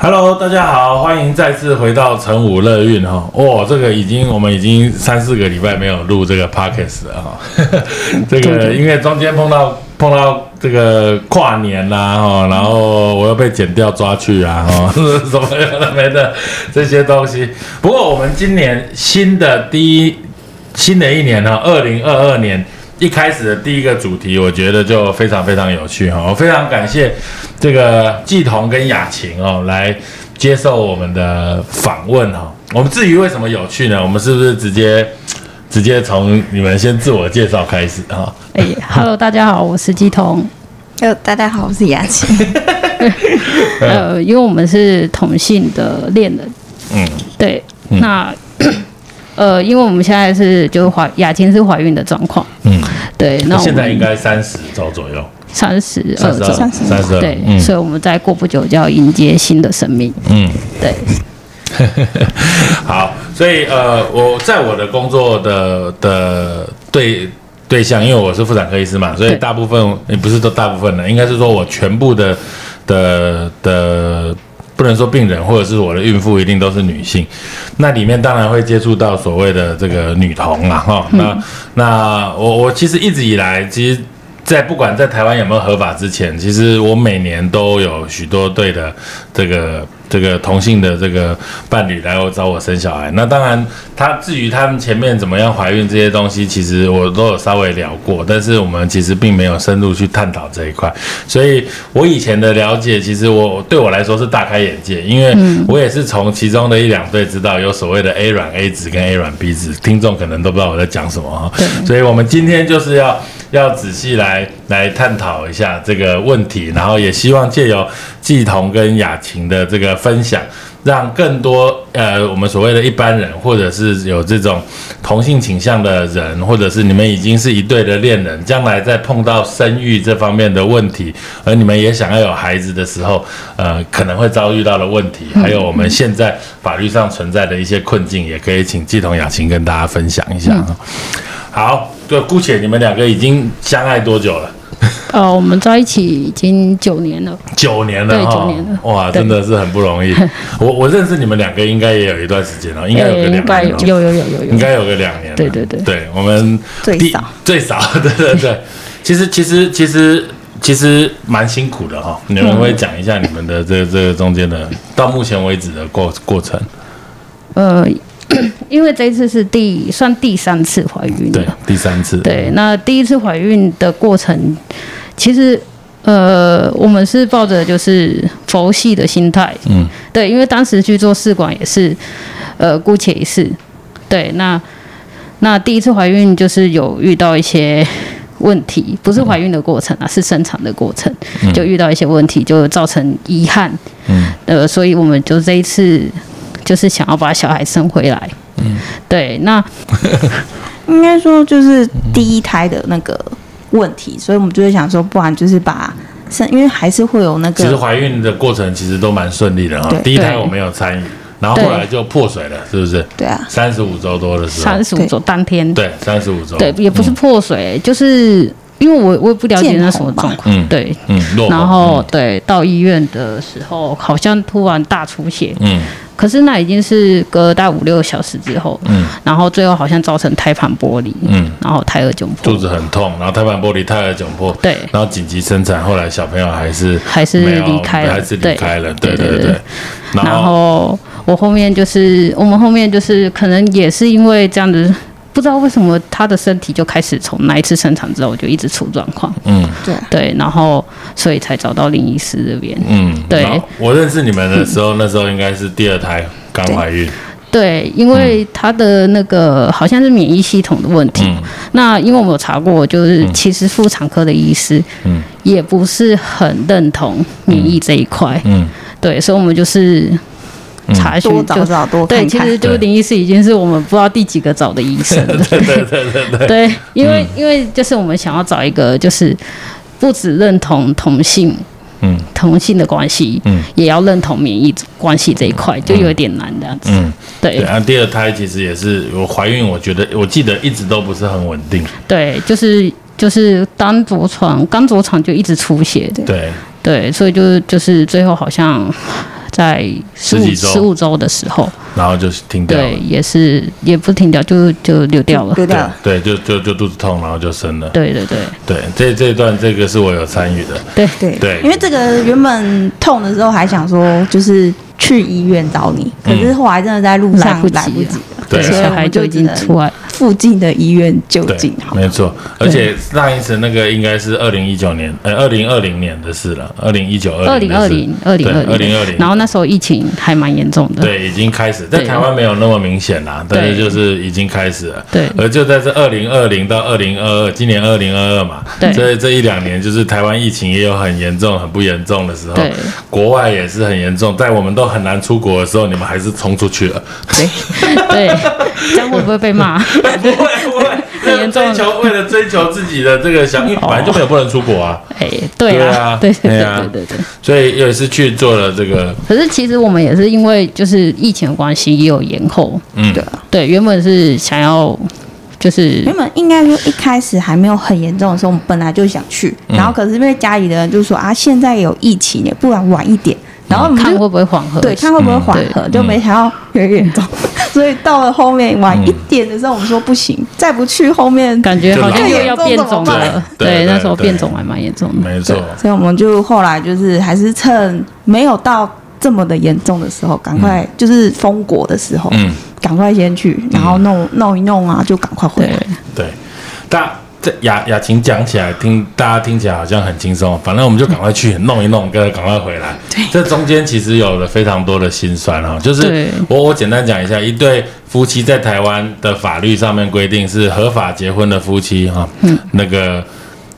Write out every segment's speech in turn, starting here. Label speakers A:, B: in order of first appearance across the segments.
A: Hello，大家好，欢迎再次回到晨武乐韵哈。哦，这个已经我们已经三四个礼拜没有录这个 podcast 了哈、 这个因为中间碰到碰到这个跨年啦、哈，然后我又被剪掉抓去啊哈， 什么有的没的这些东西。不过我们今年新的第一新的一年呢，二零二二年一开始的第一个主题，我觉得就非常非常有趣哈、我非常感谢这个季彤跟雅琴哦来接受我们的访问哈、我们至于为什么有趣呢？我们是不是直接直接从你们先自我介绍开始哈、
B: 哎、h e l l o 大家好，我是鸡童。
C: 呃，大家好，我是雅琪。
A: 哎
B: 呃，因为我们是同性的恋人，
A: 嗯，
B: 对，那呃，因为我们现在是就是怀雅琴是怀孕的状况，
A: 嗯，
B: 对，那我
A: 现在应
B: 们嗯
A: 该三十周左右，
B: 三十二
A: 三十二，
B: 周，
A: 三十二，
B: 对，
A: 嗯
B: 所以我们再过不久就要迎接新的生命，
A: 嗯。
B: 对，
A: 好，所以呃，我在我的工作的的对对象，因为我是妇产科医师嘛，所以
B: 对
A: 大部分也不是都大部分的，应该是说我全部的的的，不能说病人或者是我的孕妇一定都是女性，那里面当然会接触到所谓的这个女童啊，哈，那那我我其实一直以来其实。在不管在台湾有没有合法之前，其实我每年都有许多对的这个这个同性的这个伴侣来找我生小孩。那当然，他至于他们前面怎么样怀孕这些东西，其实我都有稍微聊过，但是我们其实并没有深入去探讨这一块。所以我以前的了解，其实我对我来说是大开眼界，因为我也是从其中的一两对知道有所谓的 A 卵 A 子跟 A 卵 B 子，听众可能都不知道我在讲什么哈。所以我们今天就是要要仔细来来探讨一下这个问题，然后也希望借由季彤跟雅琴的这个分享，让更多呃我们所谓的一般人，或者是有这种同性倾向的人，或者是你们已经是一对的恋人，将来在碰到生育这方面的问题，而你们也想要有孩子的时候，呃，可能会遭遇到的问题，还有我们现在法律上存在的一些困境，也可以请季彤、雅琴跟大家分享一下。好，就姑且你们两个已经相爱多久了？
B: 呃，我们在一起已经九年了，
A: 九年了
B: 对
A: 哈，
B: 九年了
A: 哇，
B: 对
A: 真的是很不 容易。我我认识你们两个应该也有一段时间了，应该有个
B: 哎应
A: 两
B: 该
A: 年
B: 有
A: 了，
B: 有有有有
A: 应
B: 有，
A: 该有个两年了。
B: 对对对
A: 对我们
C: 最
A: 第
C: 少
A: 最少， 对对对。其实其实其实其实蛮辛苦的
B: 嗯
A: 哈，你们会讲一下你们的这这个中间的到目前为止的过过程。
B: 呃， 因为这一次是第算第三次怀孕
A: 对
B: 了。，
A: 第三次。
B: 对，那第一次怀孕的过程，其实呃，我们是抱着就是佛系的心态，
A: 嗯，
B: 对，因为当时去做试管也是呃姑且一试，对，那那第一次怀孕就是有遇到一些。问题不是怀孕的过程啊，是生产的过程，就遇到一些问题，就造成遗憾。
A: 嗯，
B: 呃，所以我们就这一次就是想要把小孩生回来。嗯，对，那
C: 应该说就是第一胎的那个问题，所以我们就会想说，不然就是把生，因为还是会有那
A: 其实
C: 个
A: 怀孕的过程其实都蛮顺利的哈
C: 对，
A: 第一胎
B: 对
A: 我没有参与，然后后来就破水了，是不是？
C: 对啊
A: 三十五周多的时候
B: 三，十五周当天，
A: 对，三十五周，
B: 对，也不是破水，就是因为我我也不了解那什么状
A: 见红吧
B: 况，
A: 嗯
B: 对，
A: 嗯，嗯，落
B: 然
A: 红
B: 后对到医院的时候，好像突然大出血，
A: 嗯
B: 可是那已经是隔大五六小时之后，
A: 嗯
B: 然后最后好像造成胎盘剥离，
A: 嗯，
B: 然后胎儿窘
A: 肚
B: 迫，
A: 子很痛，然后胎盘剥离，胎儿窘迫，
B: 对
A: 然后紧急生产，后来小朋友还是
B: 还是
A: 没有
B: 离开了
A: 还是离
B: 对
A: 开了，对
B: 对
A: 对
B: 对
A: 对
B: 对，然
A: 后
B: 后我后面就是我们后面就是可能也是因为这样子。不知道为什么他的身体就开始从那一次生产之后就一直出状况，
A: 嗯
C: 对啊
B: 对，然后所以才找到林医师这边，
A: 嗯，
B: 对
A: 然后我认识你们的时候，那时候应该是第二胎刚怀孕，
B: 对，因为它的那个好像是免疫系统的问题。
A: 嗯
B: 那因为我们有查过，就是其实妇产科的医师，
A: 嗯
B: 也不是很认同免疫这一块。
A: 嗯，
B: 对，所以我们就是查询
C: 多
B: 就
C: 找找多看
B: 对，
C: 看。
B: 其实就是林医师已经是我们不知道第几个找的医生了。
A: 对对对对嗯对，
B: 对，因为、因为就是我们想要找一个就是不只认同同性
A: 嗯
B: 同性的关系，
A: 嗯，
B: 也要认同免疫关系这一块，就有点难这样子。
A: 嗯，
B: 对
A: 对。然后第二胎其实也是我怀孕，我觉得我记得一直都不是很稳定，
B: 对，就是就是单着床，刚着床就一直出血，
A: 对，
B: 对，所以就是就是最后好像在
A: 十
B: 十五
A: 几周
B: 十五周的时候，
A: 然后就停掉
B: 对
A: 了，，
B: 也是也不停掉，就就流掉了。
C: 丢掉
A: 对对，
C: 了，
A: 就就就肚子痛，然后就生了，
B: 对对对
A: 对，这这一段这个是我有参与的，
B: 对
C: 对
A: 对
C: 因为这个原本痛的时候还想说就是去医院找你，可是后来真的在路上
B: 不
C: 来不
B: 及啊
C: 及
B: 了，
C: 了，
A: 对
C: 所以
B: 小
C: 我
B: 孩
C: 们
B: 就
C: 就
B: 已
C: 只
B: 经
C: 能
B: 出来了。
C: 附近的医院就
A: 对
C: 近好，。
A: 没错，而且上一次那个应该是二零一九年，呃，二零二零年的事了，二零一九
B: 二零二零，二零
A: 二零二
B: 零，
A: 零，
B: 然后那时候疫情还蛮严重的，
A: 对，已经开始，在
B: 对
A: 台湾没有那么明显啦，但是就是已经开始了。
B: 对
A: 而就在这二零二零到二零二二，今年二零二二嘛，
B: 对
A: 这这一两年就是台湾疫情也有很严重、很不严重的时候
B: 对，
A: 国外也是很严重，在我们都很难出国的时候，你们还是冲出去 了，
B: 对，这样会不会 被骂？
A: 不会不会，
B: 很严重
A: 追求为了追求自己的这个想，因为本来就没有不能出国啊，
B: 哎，对啊，
A: 对啊对
B: 对对对
A: 啊
B: 对对对。
A: 所以也是去做了这个，
B: 可是其实我们也是因为就是疫情的关系也有延后，
A: 嗯，
C: 对
B: 对，原本是想要就是
C: 原本应该说一开始还没有很严重的时候，我们本来就想去，
B: 嗯
C: 然后可是因为家里的人就说啊，现在有疫情耶，不然晚一点，然后我们
B: 看
C: 就
B: 会不会缓和，
C: 对，看会
B: 嗯
C: 不会缓和，就没想到越来越严重， 所以到了后面晚一点的时候，我们说不行，再不去后面，
B: 嗯感觉好
A: 就
B: 像
A: 老
B: 又要变种了，
A: 对对对
B: 那时候
A: 对
B: 变种还蛮严重的，
A: 没错，
C: 所以我们就后来就是还是趁没有到这么的严重的时候，
B: 嗯
C: 赶快就是封国的时候，
A: 嗯。
C: 赶快先去，然后弄弄一弄啊，就赶快回
B: 嗯对
C: 来。
A: 对，大这雅雅琴讲起来听，大家听起来好像很轻松，反正我们就赶快去弄一弄，跟赶快回来。对，这中间其实有了非常多的辛酸哈、哦，就是
B: 对
A: 我我简单讲一下，一对夫妻在台湾的法律上面规定是合法结婚的夫妻哈、嗯，那个。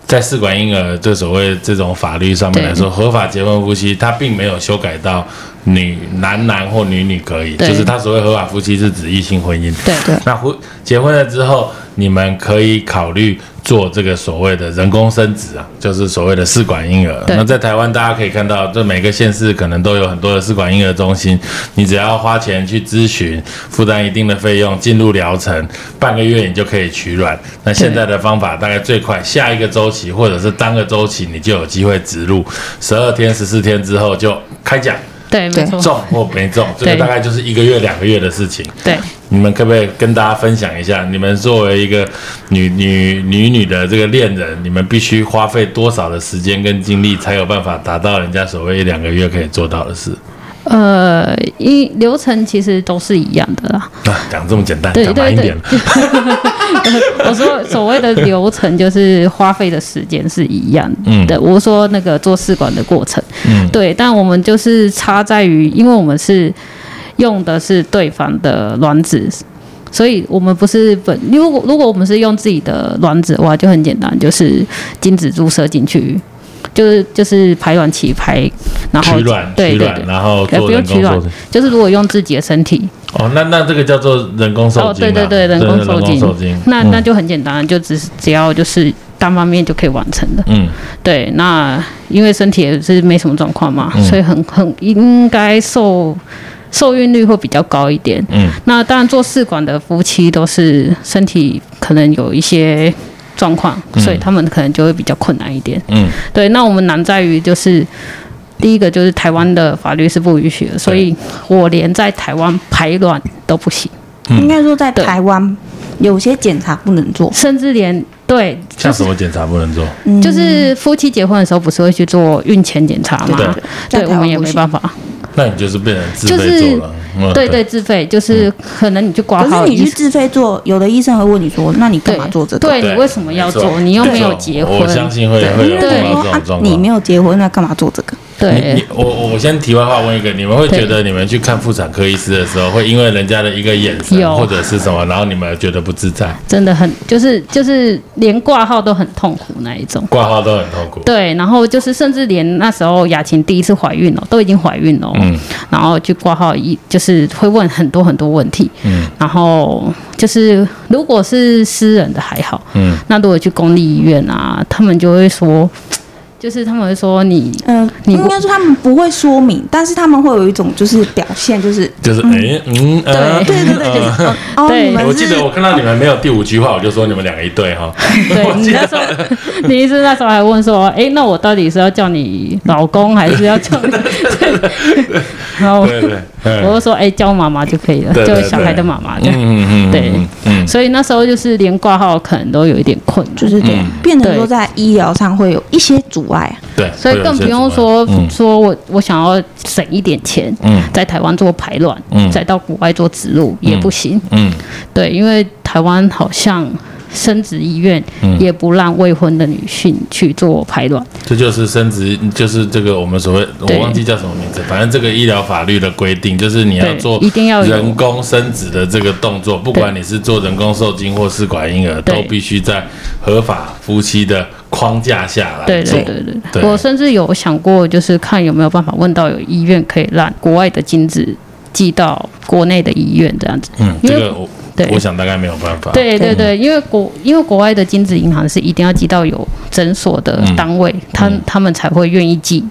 A: 在试管婴儿这所谓这种法律上面来说，合法结婚夫妻，他并没有修改到女男男或女女可以，就
B: 对
A: 是他所谓合法夫妻是指异性婚姻。
B: 对
C: 对
A: 那婚结婚了之后，你们可以考虑做这个所谓的人工生殖啊，就是所谓的试管婴儿。
B: 对
A: 那在台湾大家可以看到，这每个县市可能都有很多的试管婴儿中心，你只要花钱去咨询，负担一定的费用，进入疗程，半个月你就可以取卵。那现在的方法大概最快下一个周期或者是单个周期，你就有机会植入，十二天、十四天之后就开奖。
B: 对，没
C: 对
B: 错，
A: 中或没中，这个
B: 对
A: 大概就是一个月、两个月的事情。
B: 对
A: 你们可不可以跟大家分享一下，你们作为一个女女女女的这个恋人，你们必须花费多少的时间跟精力，才有办法达到人家所谓一两个月可以做到的事？
B: 呃，一流程其实都是一样的啦，
A: 啊，讲这么简单，
B: 对
A: 讲难一
B: 对对
A: 点。
B: 我说所谓的流程就是花费的时间是一样的。我说那个做试管的过程，
A: 嗯
B: 对，但我们就是差在于，因为我们是用的是对方的卵子。所以我们不是本，如果如果我们是用自己的卵子的话，就很简单，就是精子注射进去，就是就是排卵期排，然后
A: 取卵，
B: 对
A: 取
B: 对
A: 卵，
B: 对，
A: 然后
B: 呃
A: 做
B: 不用
A: 人
B: 取
A: 工
B: 卵
A: 受精。，
B: 就是如果用自己的身体，
A: 哦，那那这个叫做人工受精啊、
B: 哦，对对对，人工受精，
A: 受精。
B: 那
A: 嗯
B: 那就很简单，就只是只要就是单方面就可以完成的。
A: 嗯
B: 对，那因为身体也是没什么状况
A: 嗯
B: 嘛，所以很很应该受受孕率会比较高一点。
A: 嗯
B: 那当然做试管的夫妻都是身体可能有一些状况，所以他们可能就会比较困难一点。
A: 嗯，
B: 对，那我们难在于就是。第一个就是台湾的法律是不允许的，所以我连在台湾排卵都不行。
C: 应该说在
B: 对
C: 台湾有些检查不能做，
B: 甚至连对，就
A: 像
B: 是
A: 什么检查不能做？
C: 嗯
B: 就是夫妻结婚的时候，不是会去做孕前检查吗？
A: 对嗯
C: 在
B: 对，
C: 台
B: 我
C: 湾
B: 们也
C: 不
B: 没
C: 行
B: 办法。
A: 那你就是变成自
B: 就是
A: 费做了。嗯
B: 对对，自费就是可能你去挂
C: 可
B: 号
C: 是你
B: 医
C: 去
B: 生，
C: 自费做，有的医生会问你说，那你干
B: 对
C: 嘛做这个？
B: 对
A: 对
B: 你为什么要
A: 没错
B: 做？你又没有
A: 错
B: 结
A: 我相
B: 婚，
A: 信会
C: 因
A: 会有
C: 为
A: 碰到
C: 他说
A: 这
C: 啊
A: 种状，况。
C: 你没有结婚，那干嘛做这个？
A: 你
B: 对
A: 你，我我我先题外话问一个，你们会
B: 对
A: 觉得你们去看妇产科医师的时候，会因为人家的一个眼神
B: 有
A: 或者是什么，然后你们觉得不自在，
B: 真的很就是就是连挂号都很痛苦那一种。
A: 挂号都很痛苦。
B: 对，然后就是甚至连那时候雅琴第一次怀孕了，都已经怀孕了，哦
A: 嗯
B: 然后去挂号一就是会问很多很多问题，
A: 嗯
B: 然后就是如果是私人的还好，
A: 嗯，
B: 那如果去公立医院啊，他们就会说，就是他们会说你
C: 嗯、
B: 你
C: 应该说他们不会说明，但是他们会有一种就是表现，就是
A: 就是哎嗯呃
C: 对对对，
A: 嗯
C: 就是哦哦，
B: 对
C: 你
A: 我
C: 们
A: 记
C: 是
A: 得我看到你们没有第五句话，我就说你们两个一对哈。
B: 对你那时候， 你医生那时候还问说，哎、那我到底是要叫你老公还是要叫你？ 然后
A: 对对，嗯
B: 哦我就说，哎、叫妈妈就可以了，
A: 对对
B: 叫小孩的妈妈这样。
A: 嗯嗯嗯，
B: 对
A: 嗯嗯，
B: 所以那时候就是连挂号可能都有一点困难，
C: 就是这样，
A: 嗯
C: 变成说
B: 对
C: 在医疗上会有一些阻碍。
A: 对，
B: 所以更不用说、
A: 嗯
B: 说我我想要省一点钱，
A: 嗯
B: 在台湾做排卵，
A: 嗯
B: 再到国外做植入也不行，
A: 嗯
B: 对，因为台湾好像生殖医院
A: 嗯
B: 也不让未婚的女性去做排卵。
A: 这就是生殖，就是这个我们所谓我
B: 对
A: 忘记叫什么名字，反正这个医疗法律的规定，就是你要
B: 对
A: 做
B: 一定要有
A: 人工生殖的这个动作，不管你是做人工受精或试管婴儿，
B: 对
A: 都必须在合法夫妻的框架下来
B: 对
A: 做
B: 对。对对，
A: 对
B: 我甚至有想过，就是看有没有办法问到有医院可以让国外的精子寄到国内的医院这样子。
A: 嗯，这
B: 因为
A: 个我
B: 对
A: 我想大概没有办法。
B: 对对对，因为国因为国外的精子银行是一定要寄到有诊所的
A: 嗯
B: 单位，他他们才会愿意寄。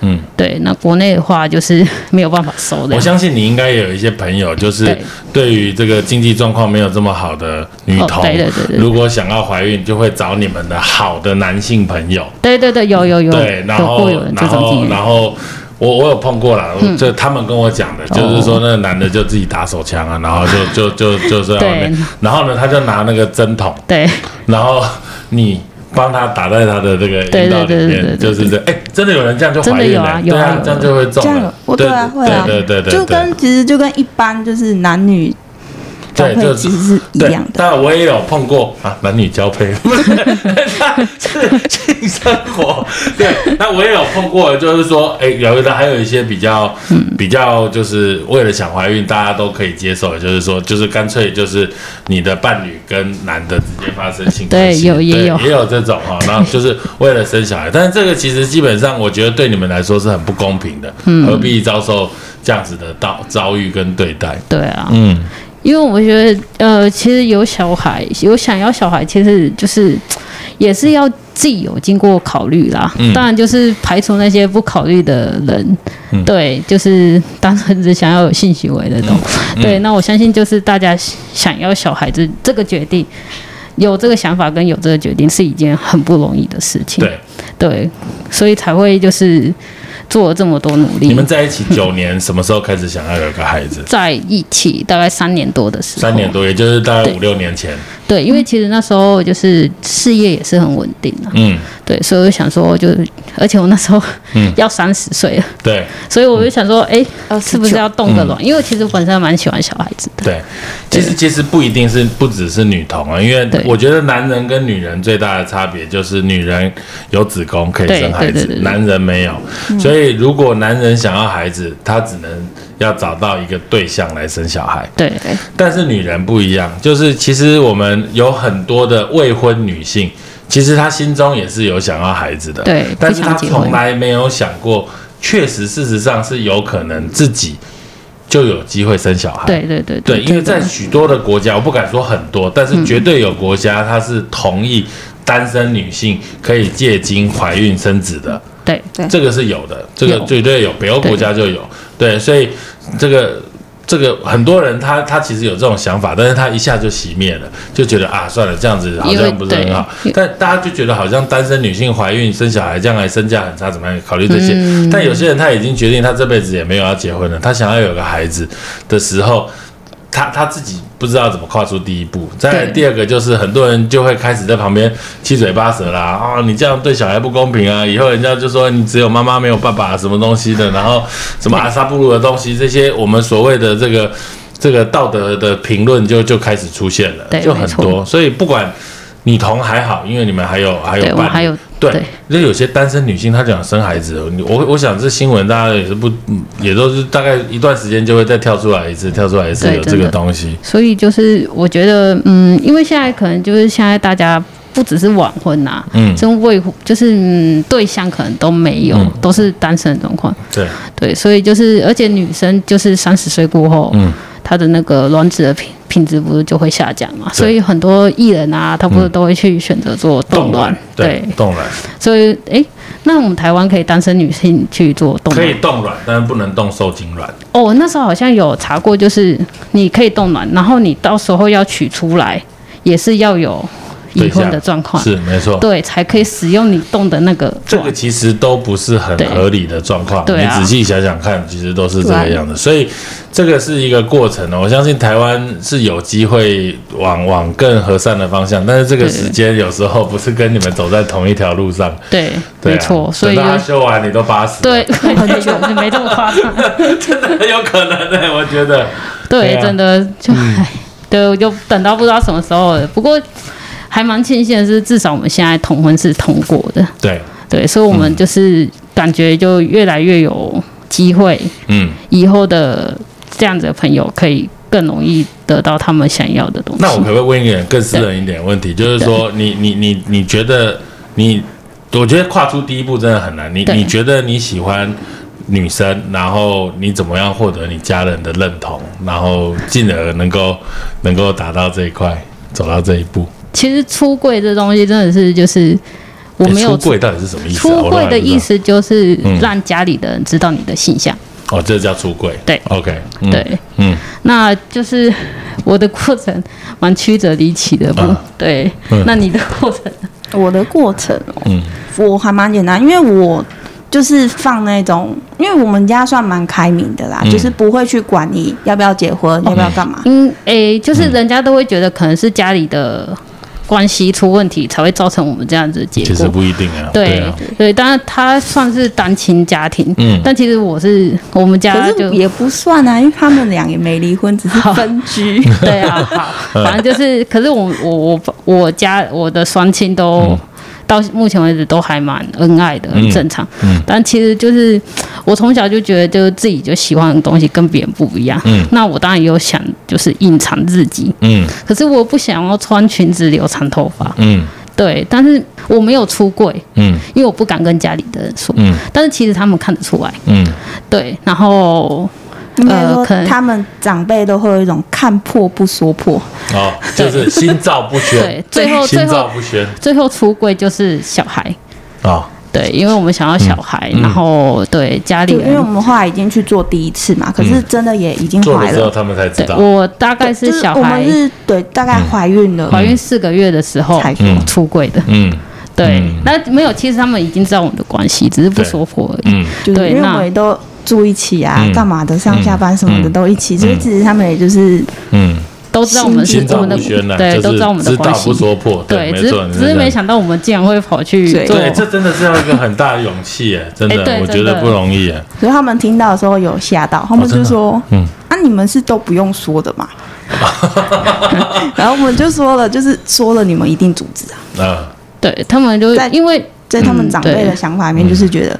A: 嗯，
B: 对，那国内的话就是 没有办法收的
A: 我。相信你应该也有一些朋友，就是
B: 对
A: 对于这个经济状况没有这么好的女
B: 哦
A: 童，
B: 对对对对
A: 如果想要怀孕，就会找你们的好的男性朋友。
B: 对对对，有有有，
A: 对，然
B: 有
A: 后
B: 过有人这
A: 然
B: 种
A: 后
B: 经验
A: 然。后我我有碰过啦，我就他们跟我讲的，就是说那个男的就自己打手枪啊，然后就就就就是在外面
B: 对，
A: 然后呢他就拿那个针筒，
B: 对
A: 然后你。帮他打在他的这个
B: 对
A: 阴道里
B: 对对对
A: 面，
B: 对对
A: 就是这，哎，真的有人这样就
B: 真
A: 怀
B: 的
A: 孕
B: 有
A: 了
B: 啊，
A: 对
B: 有啊
A: 啊
B: 有，啊
A: 这样就会中
C: 这样
A: 了，
C: 我对啊会啊，
A: 对对对，
C: 就
A: 对
C: 跟其实就跟一般就是男女交
A: 对，就
C: 配其实是一
A: 对
C: 样的，
A: 但我也有碰过啊，男女交配， 不是是性生活。对，那我也有碰过，就是说，哎、有的还有一些比较、
C: 嗯
A: 比较，就是为了想怀孕，大家都可以接受，就是说，就是干脆就是你的伴侣跟男的直接发生性关系，
B: 对有也
A: 对
B: 有
A: 也有这种哈，然后就是为了生小孩，但是这个其实基本上，我觉得对你们来说是很不公平的，
C: 嗯
A: 何必遭受这样子的遭遭遇跟对待？
B: 对啊，
A: 嗯。
B: 因为我觉得，呃，其实有小孩，有想要小孩，其实就是也是要自己有经过考虑啦。
A: 嗯
B: 当然，就是排除那些不考虑的人，
A: 嗯
B: 对，就是单纯只想要有性行为的那种。
A: 嗯
B: 对，那我相信就是大家想要小孩子这个决定，有这个想法跟有这个决定是一件很不容易的事情。
A: 对，
B: 对所以才会就是做了这么多努力。
A: 你们在一起九年，什么时候开始想要有一个孩子？
B: 在一起大概三年多的时候，
A: 三年多，也就是大概
B: 对
A: 五六年前。
B: 对，因为其实那时候就是事业也是很稳定啊，
A: 嗯，
B: 对，所以我就想说就，而且我那时候
A: 嗯
B: 要三十岁了，
A: 对
B: 所以我就想说，哎、
C: 29
B: 是不是要动
A: 嗯
B: 个卵？因为其实我本身蛮喜欢小孩子的，
A: 对，其实其实不一定是不只是女童啊，因为
B: 对
A: 我觉得男人跟女人最大的差别就是女人有子宫可以
B: 对
A: 生孩子
B: 对对嗯对，对
A: 男人没有。所以如果男人想要孩子，他只能要找到一个对象来生小孩。
B: 对
A: 但是女人不一样，就是其实我们有很多的未婚女性，其实她心中也是有想要孩子的，
B: 对
A: 但是她
B: 不想结婚
A: 从来没有想过，确实事实上是有可能自己就有机会生小孩，
B: 对对对
A: 对，因为在许多的国家，我不敢说很多，但是绝对有国家它是同意单身女性可以借精怀孕生子的，
B: 对
C: 对
A: 这个是有的，这个
B: 有
A: 绝对有，北欧国家就有。对，所以这个这个很多人他他其实有这种想法，但是他一下就熄灭了，就觉得啊算了，这样子好
B: 因为
A: 像不是很好
B: 对。
A: 但大家就觉得好像单身女性怀孕生小孩将来身价很差，怎么样考虑这些？
B: 嗯
A: 但有些人他已经决定他这辈子也没有要结婚了，他想要有个孩子的时候。他他自己不知道怎么跨出第一步。再来
B: 对
A: 第二个就是很多人就会开始在旁边七嘴八舌啦，啊、你这样对小孩不公平啊！以后人家就说你只有妈妈没有爸爸什么东西的，然后什么阿萨布鲁的东西，这些我们所谓的这个这个道德的评论就就开始出现了，
B: 对
A: 就很
B: 没
A: 多。所以不管女童还好，因为你们还有还有
B: 对
A: 伴侣，
B: 我还有
A: 对
B: 对，
A: 那有些单身女性她就想生孩子，哦我我想这新闻大家也是不，嗯也都是大概一段时间就会再跳出来一次，跳出来一次
B: 对
A: 有这
B: 真
A: 个
B: 的
A: 东西，
B: 所以就是我觉得，嗯，因为现在可能就是现在大家不只是晚婚呐、
A: 嗯
B: 真未婚就是、嗯、对象可能都没有，
A: 嗯
B: 都是单身的状况。
A: 对，
B: 对，所以就是，而且女生就是三十岁过后，
A: 嗯
B: 她的那个卵子的品品质不是就会下降嘛？所以很多艺人啊，他不是都会去选择做冻卵？
A: 对，冻卵
B: 所以诶，那我们台湾可以单身女性去做冻
A: 可
B: 卵
A: 以冻卵，但是不能冻受精卵，
B: 哦。我那时候好像有查过，就是你可以冻卵，然后你到时候要取出来，也是要有已
A: 对
B: 婚
A: 象
B: 的状况，
A: 是没错。
B: 对，才可以使用你冻的那个
A: 这
B: 卵
A: 个其实都不是很
B: 对
A: 合理的状况，
B: 对
A: 你
B: 啊
A: 仔细想想看，其实都是这个
C: 对啊
A: 样子。所以这个是一个过程哦，我相信台湾是有机会往往更和善的方向，但是这个
B: 对
A: 时间有时候不是跟你们走在同一条路上，
B: 对，
A: 对啊
B: 没错，所以就
A: 等到他修完你都八十，
B: 对，， 很久没这么夸张。
A: 真的很有可能的、我觉得。对
B: 对，
A: 啊嗯
B: 真的就唉， 对，我就等到不知道什么时候了。不过还蛮庆幸的是，至少我们现在同婚是通过的，
A: 对，
B: 对，所以我们就是感觉就越来越有机会，
A: 嗯，
B: 以后的这样子的朋友可以更容易得到他们想要的东西。
A: 那我可不可以问一个更私人一点的问题？就是说你，你你你你觉得你，我觉得跨出第一步真的很难。你
B: 对
A: 你觉得你喜欢女生，然后你怎么样获得你家人的认同，然后进而能够能够达到这一块，走到这一步？
B: 其实出柜这东西真的是就是我
A: 诶
B: 没有
A: 出柜到底是什么意思啊？
B: 出
A: 我都
B: 柜
A: 还
B: 的
A: 不知道
B: 意思就是
A: 嗯
B: 让家里的人知道你的性向，
A: 哦，这叫出柜。
B: 对
A: ，OK，嗯
B: 对。，
A: 嗯
B: 那就是 我的过程蛮曲折离奇的，不、
A: 啊
B: 对、
A: 嗯
B: 那你的过程
C: 我的过程、哦，
A: 嗯
C: 我还蛮简单，因为我就是放那种，因为我们家算蛮开明的啦，
A: 嗯哦
C: 就是不会去管你要不要结婚，要不要干嘛。
B: 嗯，诶、就是人家都会觉得可能是家里的关系出问题，才会造成我们这样子的结
A: 其实
B: 果。
A: 不一定啊。
B: 对
A: 啊，
B: 对，当然他算是单亲家庭，
A: 嗯
B: 但其实我是我们
C: 可
B: 家啊就是
C: 也不算啊，因为他们俩也没离婚，只是分 居。
B: 对啊，好，
A: 嗯
B: 反正就是，可是我我我我家我的双亲都、
A: 嗯
B: 到目前为止都还蛮恩爱的，很正常。
A: 嗯
B: 但其实就是我从小就觉得，就是自己就喜欢的东西跟别人不一样。
A: 嗯
B: 那我当然也有想就是隐藏自己，
A: 嗯
B: 可是我不想要穿裙子留长头发，
A: 嗯
B: 对，但是我没有出柜，
A: 嗯
B: 因为我不敢跟家里的人说。
A: 嗯
B: 但是其实他们看得出来，
A: 嗯，
B: 对，然后
C: 应该
B: 呃
C: 说
B: 可能
C: 他们长辈都会有一种看破不说破，
A: 哦，就是心照不宣，
B: 对最后
A: 心
B: 最后
A: 照不宣
B: 最后出柜就是小孩，
A: 啊。
B: 对，因为我们想要小孩，
A: 嗯嗯
B: 然后对家里
C: 对，因为我
B: 人，嗯
C: 们后来已经去做第一次嘛，可是真的也已经
A: 做
C: 怀
A: 了之后
C: 了，
A: 他们才知
B: 对
A: 道。
B: 我大概
C: 就是
B: 小
C: 我们
B: 孩嗯
C: 是对大概怀孕了，
B: 怀孕四个月的时候
C: 才
A: 说
B: 出柜的，
A: 嗯
B: 对
A: 嗯，
B: 那没有，其实他们已经知道我们的关系，只是不说破而已。
A: 嗯
C: 就是
B: 对
C: 因为
B: 那
C: 我们也都住一起啊
A: 嗯，
C: 干嘛的，上下班什么的
A: 嗯
C: 都一起，所以
A: 嗯
C: 其实他们也就是
A: 嗯，
B: 都知道我们是
A: 心
B: 我
A: 照
B: 们的
A: 不宣呐，
B: 对，
A: 就
B: 都
A: 是
B: 道我们的
A: 知道
B: 关系
A: 不，说破，
B: 对，
A: 没
B: 只
A: 错，
B: 是只是没
A: 想
B: 想到我们竟然会跑去
C: 对
B: 做，
A: 对，这真的是要一个很大的勇气耶，真
B: 哎
A: 的，
B: 对
A: 我觉得
B: 真的
A: 不容易耶。
C: 所以他们听到的时候有吓到，他们就说：“
A: 哦真的嗯
C: 啊，你们是都不用说 的嘛？”然后我们就说了，就是说了，你们一定阻止啊。
A: 啊，
B: 对他们就是
C: 在
B: 因为
C: 在他们长
B: 嗯
C: 辈的
B: 对
C: 想法里面，就是觉得、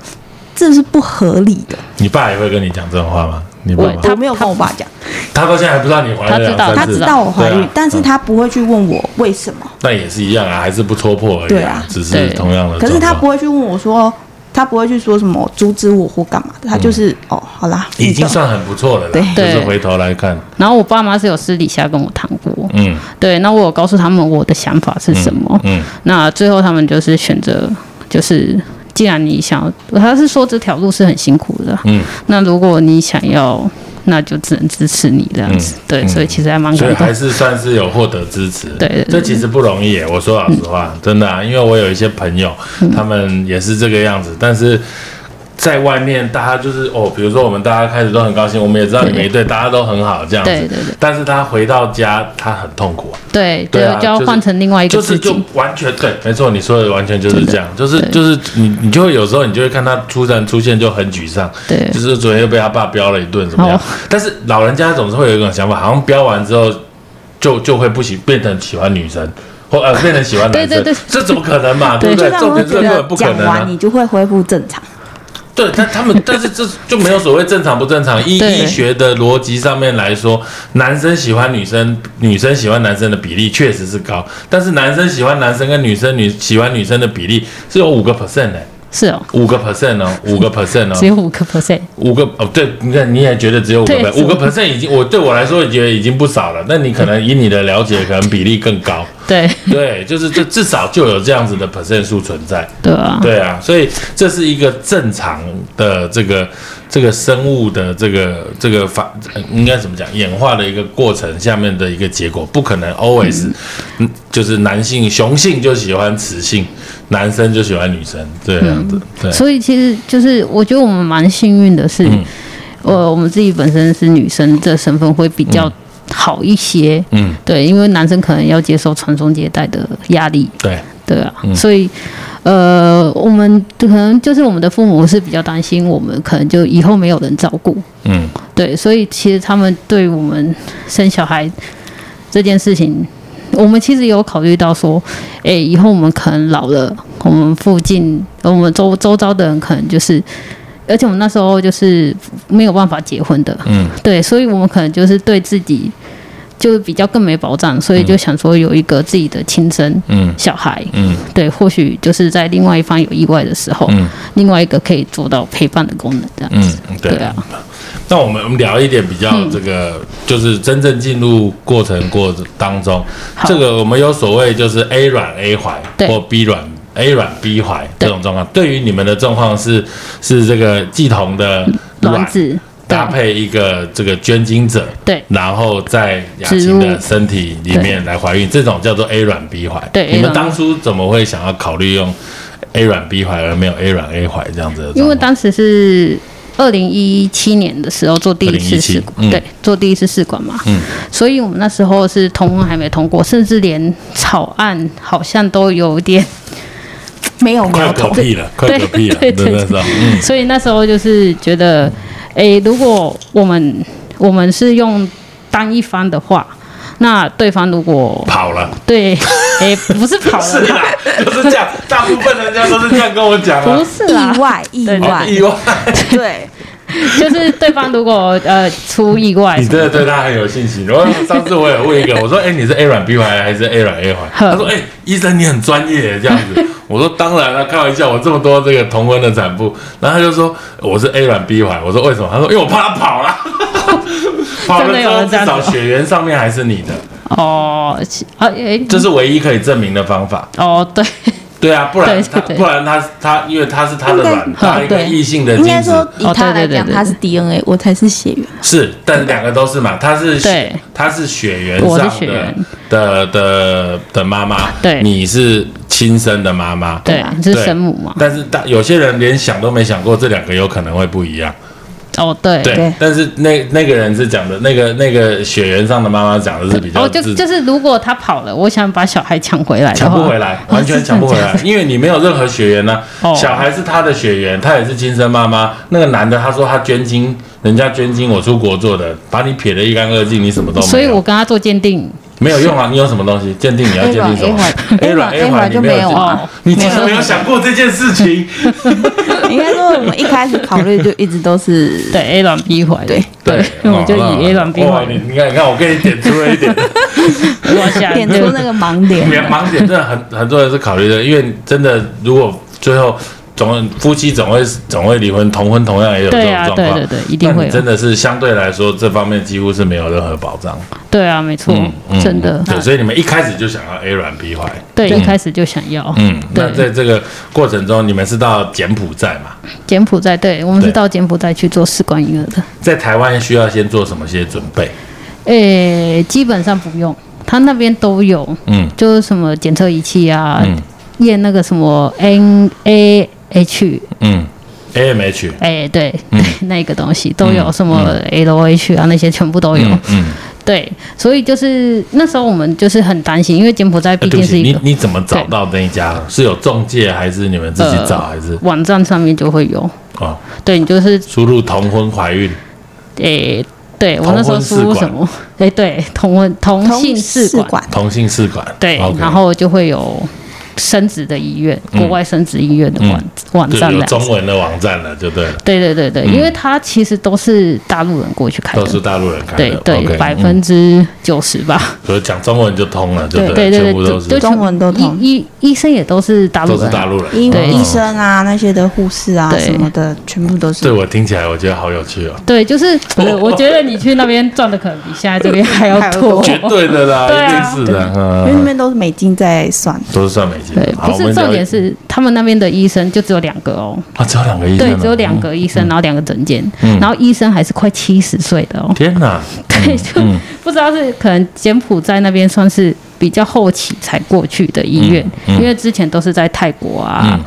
C: 这是不合理的。
A: 你爸也会跟你讲这种话吗？你爸
B: 我
A: 妈
B: 嗯他
C: 我没有跟我爸讲，
A: 他到现在还不知道你怀了两
B: 他
A: 三
B: 知
A: 次，
B: 道嗯
C: 他知道我怀
A: 对
C: 孕
A: 啊，
C: 但是他不会去问我为什么，
A: 那也是一样啊，还是不戳破而已
C: 对
A: 啊
C: 啊，
A: 只是
B: 对
A: 同样的状况。
C: 可是他不会去问我说，他不会去说什么阻止我或干
B: 嗯
C: 嘛的，他就是、哦，好啦，
A: 已
C: 你
A: 经
C: 的
A: 算很不错了啦，
C: 对
A: 就是
B: 对
A: 回头来看，
B: 然后我爸妈是有私底下跟我谈过，
A: 嗯
B: 对，那我有告诉他们我的想法是什么，
A: 嗯
B: 那最后他们就是选择，就是既然你想要，他是说这条路是很辛苦的，
A: 嗯，
B: 那如果你想要，那就只能支持你这样子。对，
A: 嗯
B: 所以其实还蛮
A: 所以
B: 感
A: 还
B: 动。
A: 是算是有获得支持。
B: 对对对
A: 这其实不容易耶。我说老实话，真的、啊，因为我有一些朋友，
B: 嗯
A: 他们也是这个样子，但是。在外面，大家就是哦，比如说我们大家开始都很高兴，我们也知道你们一对，大家都很好这样子。
B: 对对对。
A: 但是他回到家，他很痛苦啊，
B: 对，
A: 对啊
B: 就要
A: 就是
B: 换成另外一个
A: 就
B: 自
A: 是
B: 己。
A: 就完全对，没错，你说的完全就是这样，就是
B: 对
A: 就是你你就会有时候你就会看他突然出现就很沮丧，
B: 对
A: 就是昨天又被他爸飙了一顿，怎么样
B: 哦？
A: 但是老人家总是会有一种想法，好像飙完之后就就会不喜变成喜欢女生，或 呃变成喜欢男生，
B: 对对对
A: 这怎么可能嘛？对
B: 对
A: 不
C: 就
A: 对？
C: 让
A: 重
C: 我
A: 点是
C: 觉
A: 根
C: 得
A: 本不可
C: 讲
A: 能、啊
C: 完。你就会恢复正常。
A: 对，但他们但是这就没有所谓正常不正常。医
B: 对
A: 医学的逻辑上面来说，男生喜欢女生，女生喜欢男生的比例确实是高，但是男生喜欢男生跟女生女喜欢女生的比例是有五个 percent 的、
B: 是哦，
A: 五个 percent 哦，五个 percent 哦，
B: 只有五个 percent，
A: 五个哦，对，你看你也觉得只有五个
B: 对
A: percent，
B: 是
A: 五个 percent 已经我对我来说也觉得已经不少了。那你可能以你的了解，可能比例更 高。
B: 对
A: 对，就是这至少就有这样子的 percent 数存在。
B: 对啊，
A: 对啊，所以这是一个正常的这个这个生物的这个这个发呃应该怎么讲演化的一个过程下面的一个结果，不可能 always 嗯就是男性雄性就喜欢雌性，男生就喜欢女生这样子。对，
B: 嗯所以其实就是我觉得我们蛮幸运的是，
A: 嗯
B: 呃，我们自己本身是女生，这身份会比较好一些。
A: 嗯，
B: 对，因为男生可能要接受传宗接代的压力，
A: 对，
B: 对啊，所以呃，我们可能就是我们的父母是比较担心我们可能就以后没有人照顾，
A: 嗯，
B: 对，所以其实他们对我们生小孩这件事情，我们其实有考虑到说，诶，以后我们可能老了，我们附近、我们周周遭的人可能就是，而且我们那时候就是没有办法结婚的，
A: 嗯，
B: 对，所以我们可能就是对自己就比较更没保障，所以就想说有一个自己的亲生
A: 嗯
B: 小孩，
A: 嗯
B: 对，或许就是在另外一方有意外的时候，
A: 嗯
B: 另外一个可以做到陪伴的功能，这样子。
A: 嗯，对
B: 对啊，
A: 那我们我们聊一点比较
B: 嗯
A: 这个，就是真正进入过程过程当中，
B: 好
A: 这个我们有所谓就是 A 卵 A 怀
B: 对
A: 或 B 卵 A 卵 B 怀
B: 对
A: 这种状况。对于你们的状况是是这个继同的
B: 卵子对
A: 搭配一个这个捐精者，
B: 对
A: 然后在雅
B: 植
A: 琴
B: 入
A: 的身体里面来怀孕，这种叫做 A 卵 B 怀。
B: 对
A: 你
B: A
A: 们
B: 卵
A: 当初怎么会想要考虑用 A 卵 B 怀而没有 A 卵 A 怀这样子的状况？
B: 因为当时是二零一七年的时候做第一次
A: 2017
B: 试管，
A: 嗯
B: 对，做第一次试管嘛，
A: 嗯
B: 所以我们那时候是通婚还没通过，甚至连草案好像都有点，
C: 没有
A: 快嗝
C: 苗头，
A: 屁了，快嗝屁了，
B: 对
A: 真
B: 对
A: 的
B: 对
A: 是吧，嗯
B: 所以那时候就是觉得，诶，如果我们我们是用单一方的话，那对方如果
A: 跑了。
B: 对，诶，不是 跑
A: 是啊
B: 了啦，
A: 啦，就是这样，大部分人家都是这样跟我讲
B: 不
A: 啊。
B: 是啦
C: 呃意，外意
B: 对对
A: 好
C: 外，
A: 意外，
C: 对，
B: 就是对方如果呃出意外
A: 你
B: 什么
A: 真
B: 的，
A: 的对他很有信心。然后上次我也问一个，我说：“哎、你是 A 软 B 环还是 A 软 A 环？”
B: 呵
A: 他说：“哎、医生你很专业这样子。”我说：“当然了，开玩笑，我这么多这个同婚的产妇。”然后他就说：“我是 A 软 B 环。”我说：“为什么？”他说：“因为我怕他跑 了，跑
B: 真
A: 了
B: 的
A: 之
B: 有
A: 后
B: 人这
A: 至
B: 样子
A: 少血缘上面还是你的，
B: 哦，其啊，诶，
A: 这是唯一可以证明的方法。”
B: 哦，对，
A: 对啊，不然
B: 对
A: 他
B: 对嗯
A: 不然他他，因为他是他的卵，
C: 应该
A: 他一个
C: 对
A: 异性的
C: 应
A: 精
C: 该
A: 子
C: 说以
B: 哦
C: 他
B: 对
C: 来
B: 对
C: 讲，
B: 对
C: 他是 DNA，我才是血缘。
A: 是，但两个都是嘛，他是血
B: 对
A: 他是血缘
B: 我是
A: 上
B: 血
A: 的
B: 缘
A: 的的的妈妈，
B: 对
A: 你是亲生的妈妈，
B: 对
C: 啊，
B: 你是
A: 对
B: 神母嘛？
A: 但是大有些人连想都没想过，这两个有可能会不一样。
B: 哦，对，
A: 对
C: 对，
A: 但是那那个人是讲的，那个那个血缘上的妈妈讲的是比较
B: 哦，就
A: 自
B: 就是如果他跑了，我想把小孩抢回来的
A: 抢
B: 话，
A: 不回来，完全抢不回来，因为你没有任何血缘呢、
B: 哦
A: 小孩是他的血缘，他也是亲生妈妈。那个男的他说他捐精，人家捐精，我出国做的，把你撇得一干二净，你什么都哦没有。
B: 所以我跟他做鉴定，
A: 没有用啊！你有什么东西鉴定？你要鉴定什么
C: A
A: 软
C: 软
A: A
C: A
A: 环
C: 环
A: 你没有
C: 就没有
A: 鉴
B: 啊
A: 你竟然没有想过这件事情？
C: 应该说我们一开始考虑就一直都是
B: 对 A 卵 B 怀，
C: 对
B: 对，我就
A: 哦
B: 以 A 卵 B
A: 哇
B: 怀
A: 你你看，你看，我给你点出了一 点
B: 往下
C: 点出那个盲点。
A: 盲盲点，真的很很多人是考虑的，因为真的如果最后总夫妻总会总会离婚，同婚同样也有这
B: 对
A: 种
B: 啊
A: 状况，
B: 对对对一定会有
A: 那你真的是相对来说这方面几乎是没有任何保障，
B: 对啊，没错，真的，
A: 嗯对，所以你们一开始就想要 A 软 B 怀，
B: 对，一开始就想要，
A: 嗯，那在
B: 对，
A: 这个过程中，你们是到柬埔寨嘛？
B: 柬埔寨，对我们
A: 对
B: 是到柬埔寨去做试管婴儿的，
A: 在台湾需要先做什么些准备？
B: 诶，呃基本上不用，他那边都有，
A: 嗯
B: 就是什么检测仪器啊，
A: 嗯
B: 验那个什么 N A H
A: 嗯，AMH，
B: 哎、对， 那个东西都有
A: 嗯
B: 什么 LH 啊，那些全部都有。
A: 嗯嗯，
B: 对，所以就是那时候我们就是很担心，因为柬埔寨
A: 呃
B: 毕
A: 对
B: 竟
A: 不起，
B: 是一
A: 你
B: 个
A: 你怎么找到那一家？是有中介还是你们自己找
B: 呃
A: 还是
B: 网站上面就会有。
A: 哦？
B: 对你就是
A: 输入同婚怀孕，
B: 诶、对我那时
A: 同
B: 候
A: 婚试
B: 输入什
A: 管
B: 么？哎，对，同婚同性试管，
C: 管，
A: 同性试管，
B: 对
A: OK
B: 然后就会有生殖的医院，国外生殖医院的网、网
A: 就
B: 站
A: 有
B: 来。
A: 中文的网站了，就对了，
B: 对对对对，因为它其实都是大陆人过去开
A: 都是
B: 的，
A: 大陆人开
B: 对
A: 的，
B: 对，
A: OK，
B: 百
A: 嗯
B: 分之九十吧。
A: 所以讲中文就通了，就
B: 对
A: 了
B: 对对
A: 全部
B: 对，
A: 都
B: 就是就
C: 中文都通
B: 医医医生也都是大陆
A: 都是
B: 人
A: 大
B: 啊，
A: 陆人，
C: 医
A: 哦
B: 对
C: 医生啊那些的护士啊
B: 对
C: 什么的，全部都
A: 对
C: 是。
A: 我听起来我觉得好有趣哦，
B: 对，就是我我觉得你去那边赚的可能比现在这边还
C: 还
B: 要
C: 要
B: 多
C: 多。
A: 绝哎对的啦，
B: 对啊
A: 一定是的，
C: 因为那
A: 嗯，
C: 边都是美金在算，
A: 都是算美金
B: 对，，
A: 好
B: 不
A: 我们
B: 是重
A: 聊
B: 点是他们那边的医生就只有两个哦，
A: 啊，只有两个医生
B: 对
A: 啊，，
B: 只有两个医生，然后两个诊间，然后医生还是快七十岁的哦
A: 嗯，，天哪，
B: 对，就不知道是可能柬埔寨那边算是比较后期才过去的医院，
A: 嗯
B: 因为之前都是在泰国啊、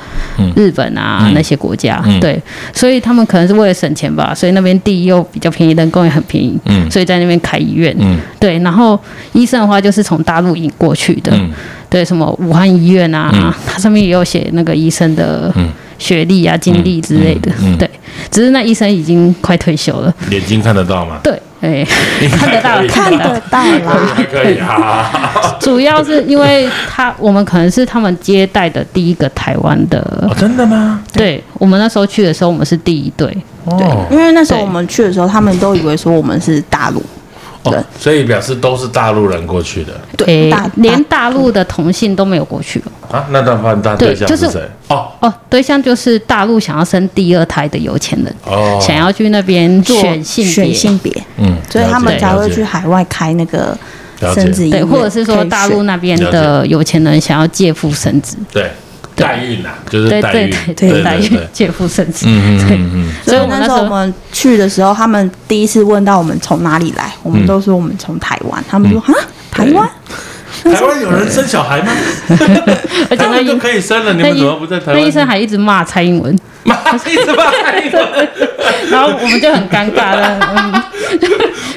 B: 日本啊、
A: 嗯
B: 那些国家，对，所以他们可能是为了省钱吧，所以那边地又比较便宜，人工也很便宜，
A: 嗯
B: 所以在那边开医院，
A: 嗯
B: 对，然后医生的话就是从大陆引过去的，
A: 嗯
B: 对，什么武汉医院啊，
A: 嗯
B: 它上面也有写那个医生的学历啊、经历之类的，
A: 嗯嗯嗯
B: 对，只是那医生已经快退休了，
A: 眼睛看得到吗？
B: 对，哎、看得到，
C: 看得到啦。
A: 还可以啊，
B: 主要是因为他，我们可能是他们接待的第一个台湾的
A: 哦，真的吗？
B: 对我们那时候去的时候，我们是第一队。
A: 哦
C: 因为那时候
B: 对
C: 我们去的时候，他们都以为说我们是大陆，
A: 哦，所以表示都是大陆人过去的
C: 对，
B: 诶
C: 大
B: 连大陆的同性都没有过去哦。
A: 啊，那段饭大对象
B: 对就是
A: 是谁？哦
B: 哦，对象就是大陆想要生第二胎的有钱人，
A: 哦，
B: 想要去那边
C: 做
B: 选性
C: 选
B: 别，
C: 性别，
A: 嗯，
C: 所以他
A: 了
C: 们
A: 解
C: 才会
A: 了解
C: 去海外开那个
A: 了解
C: 生殖医
B: 对，
C: 院
B: 或者是
C: 可
B: 说
C: 以
B: 大
C: 选
B: 陆那边的有钱人想要借腹生子，
A: 对
B: 对
A: 代孕啊，就是
B: 对
A: 代
B: 对
A: 孕，
B: 对
A: 对
B: 代
A: 对
B: 孕借腹生子，
A: 嗯嗯
B: 对
A: 嗯嗯，
C: 所以
B: 我
C: 那
B: 时
C: 时候我
B: 候
C: 们去的时候，他们第一次问到我们从哪里来，我们都说我们从台湾，他们说啊，台湾，
A: 嗯台湾有人生小孩吗？
B: 而且
A: 他
B: 那
A: 们就
B: 医
A: 可以生了，你
B: 那
A: 们
B: 医
A: 怎么不在台
B: 那
A: 湾？
B: 医生还一直骂蔡英文，
A: 妈一直骂，
B: 然后我们就很尴尬了，嗯，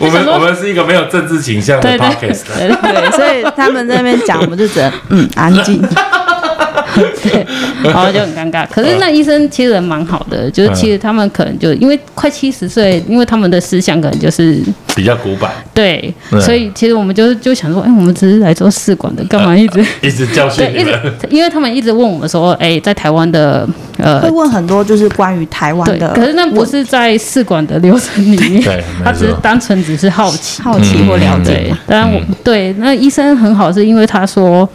A: 我
B: 想
A: 们
B: 说
A: 我们是一个没有政治倾向的
B: 对对
A: podcast，
B: 对对对。
C: 对，所以他们在那边讲，我们就只能嗯安静。
B: 然后就很尴尬。可
A: 嗯
B: 是那医生其实人蛮好的，就是其实他们可能就因为快七十岁，因为他们的思想可能就是
A: 比较古板，
B: 对
A: 对，
B: 所以其实我们就就想说，哎、我们只是来做试管的，干
A: 啊
B: 嘛一直？
A: 一直教训
B: 对，
A: 你
B: 一
A: 们。
B: 直，因为他们一直问我们说，哎、在台湾的呃
C: 会，问很多就是关于台湾
B: 对，
C: 的，
B: 可是那不是在试管的流程里
A: 对
B: 面，他
A: 没
B: 只是
A: 错嗯
B: 单纯只是好奇，
C: 好奇或了解
B: 对，当然我对那医生很好，是因为他说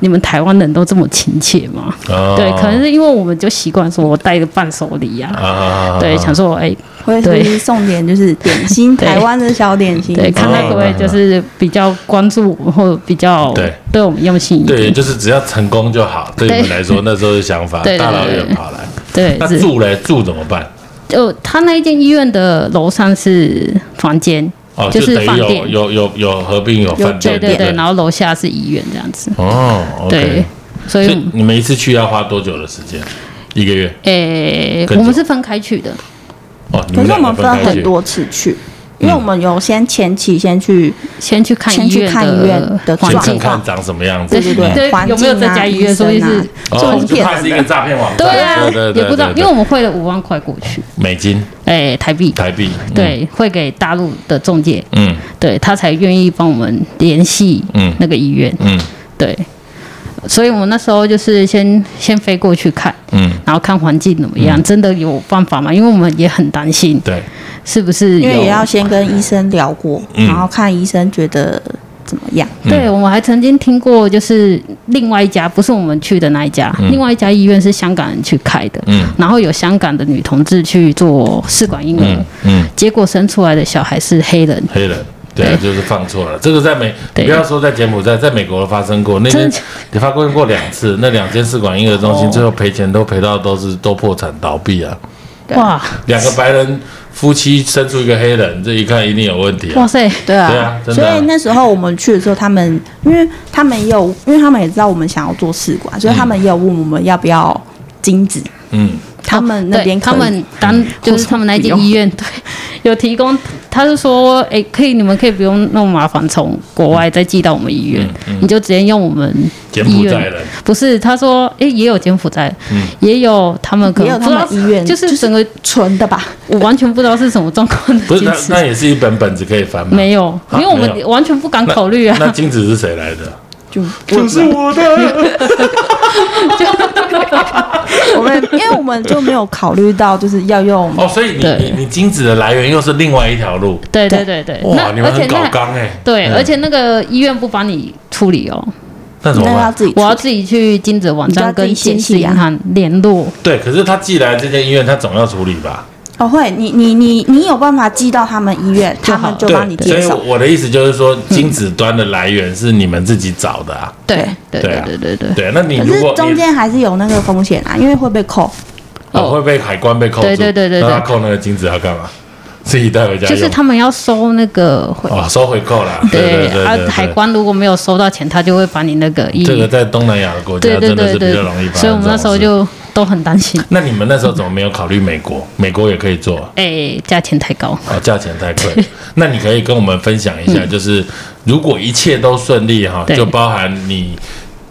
B: 你们台湾人都这么亲切嘛，
A: 哦
B: 对，可能是因为我们就习惯说我带个伴手礼呀、啊，
A: 啊，
B: 对，想说哎、
C: 会
B: 对
C: 是送点就是点心，
B: 对
C: 台湾的小点心，
B: 对，看到各位就是比较关注我们或比较
A: 对
B: 对我们用心一
A: 对，
B: 点，
A: 就是只要成功就好。对你们来说，那时候的想法，
B: 对对对
A: 大老远跑来，
B: 对，
A: 那
B: 是
A: 住嘞住怎么办？
B: 就他那一间医院的楼上是房间，
A: 哦，
B: 就
A: 就是等
B: 饭
A: 于有
B: 店，
A: 有有有合并有饭
B: 对
A: 店，
B: 对
A: 不
B: 对，然后楼下是医院这样子，
A: 哦
B: 对
A: ，OK，，所
B: 所以
A: 以你们一次去要花多久的时间？一个月
B: 诶、
A: 更久
B: 我们是分开去的，
A: 哦，你
C: 可
A: 们
C: 是我
A: 两个
C: 们
A: 分
C: 分
A: 开
C: 很
A: 去
C: 多次去，因
B: 嗯
C: 为我们有先前期先去，
B: 先去看
C: 先
B: 医
C: 去
B: 院
C: 看医院的
B: 环
A: 先
C: 状
A: 看
B: 境啊
C: 况。
A: 看长什么样子
C: 对，对对，
B: 对
C: 环
B: 有没有
C: 境
B: 这
C: 啊
B: 家医院
C: 医生
B: 说不定
C: 啊
B: 是
A: 哦，
C: 中
A: 就
C: 片
A: 怕是一个诈骗网
B: 对
A: 站，
B: 啊，
A: 对对，
B: 也不知道，
A: 对
B: 因为我们汇了五万块过去，
A: 美金
B: 诶、台币，
A: 台币，嗯，
B: 对，汇给大陆的中介，
A: 嗯
B: 对他才愿意帮我们联系
A: 嗯
B: 那个医院，
A: 嗯
B: 对，所以我们那时候就是先先飞过去看，
A: 嗯，
B: 然后看环境怎么样，真的有办法吗？因为我们也很担心，
A: 对，
B: 是不是
C: 因为
B: 有
C: 也要先跟医生聊过，
A: 嗯
C: 然后看医生觉得怎么样。
B: 对，我们还曾经听过，就是另外一家不是我们去的那一家，另外一家医院是香港人去开的，
A: 嗯
B: 然后有香港的女同志去做试管婴儿，
A: 嗯嗯，
B: 结果生出来的小孩是黑人，
A: 黑人。对啊，就是放错了。这个在美，你
B: 哎对
A: 不要说在柬埔寨，在美国都发生过。那
B: 真
A: 天
B: 的
A: 也发生过两次，那两间试管婴儿中心
B: 哦
A: 最后赔钱都赔到都是都破产倒闭啊。
C: 对
B: 哇
A: 两个白人夫妻生出一个黑人，这一看一定有问题啊
B: 哇！塞，
C: 对啊，
A: 对啊真
C: 所
A: 的啊
C: 以那时候我们去的时候，他们因为他们也有，因为他们也知道我们想要做试
B: 嗯
C: 管，所以他们也有问我们要不要精子。
A: 嗯，
C: 他们那边
B: 对
C: 可
B: 他
C: 以
B: 们当就是他们那间医院 对有提供，他是说，哎、
A: 嗯
B: 可以，你们可以不用那么麻烦，从国外再寄到我们医院，你就直接用我们
A: 柬
B: 医
A: 埔寨
B: 院
A: 人，
B: 不是，他说，诶，也有柬埔寨，
A: 嗯
B: 也有他们可
C: 也有
B: 能不
C: 他
B: 知
C: 们
B: 道
C: 医院，
B: 就是整个
C: 纯的吧？
B: 我完全不知道是什么状况的
A: 不是
B: 金
A: 那
B: 子，
A: 那也是一本本子可以翻吗？
B: 没有，因为我
A: 没
B: 们
A: 有
B: 完全不敢
A: 那
B: 考虑啊。
A: 那金子是谁来的？
C: 就
A: 就是我的。
C: 我们，因为我们就没有考虑到就是要用
A: 哦，所以你
B: 对
A: 你你金子的来源又是另外一条路。
B: 对对对对，
A: 哇，你
B: 那而
A: 们
B: 且
A: 很搞
B: 那
A: 刚哎。
B: 对，
A: 嗯
B: 而且那个医院不帮你处理哦，
A: 那怎么
C: 那要
A: 办？
C: 自己
B: 我要
C: 出
B: 自己去金子网
C: 你就要
B: 站跟
C: 自己写
B: 金子
C: 信
B: 银
C: 啊
B: 行联络。
A: 对，可是他寄来这间医院，他总要处理吧？
C: 哦会，你你你你有办法寄到他们医院，
B: 就
C: 他
B: 好
C: 们就
A: 对
C: 帮你，
A: 所
C: 接
A: 以
C: 手。
A: 我的意思就是说，金子端的来源 是你们自己找的啊。
B: 对对
A: 对
B: 对
A: 啊
B: 对对对，
A: 对，那你
C: 可
A: 如
C: 是
A: 果
C: 中
A: 你
C: 间还是有那个风险啊，因为会被扣。
A: 哦会被海关被扣住，
B: 对对对对对
A: 那他扣那个金子要干嘛？ 自己带回家
B: 就
A: 用？
B: 是他们要收那个回。
A: 哦，收回扣啦。对对
B: 啊
A: 对，，
B: 海
A: 对
B: 关如果没有收到钱，他就会把你那个医。
A: 这个在东南亚的国
B: 对
A: 家
B: 对
A: 真的
B: 对
A: 是比
B: 对
A: 较容易，发生。
B: 所以我们那时候，就都很担心，
A: 那你们那时候怎么没有考虑美国？美国也可以做。啊
B: 哎，价钱太高。
A: 哦，价钱太 贵。那你可以跟我们分享一下，就是如果一切都顺利哈，
B: 嗯对
A: 就包含你。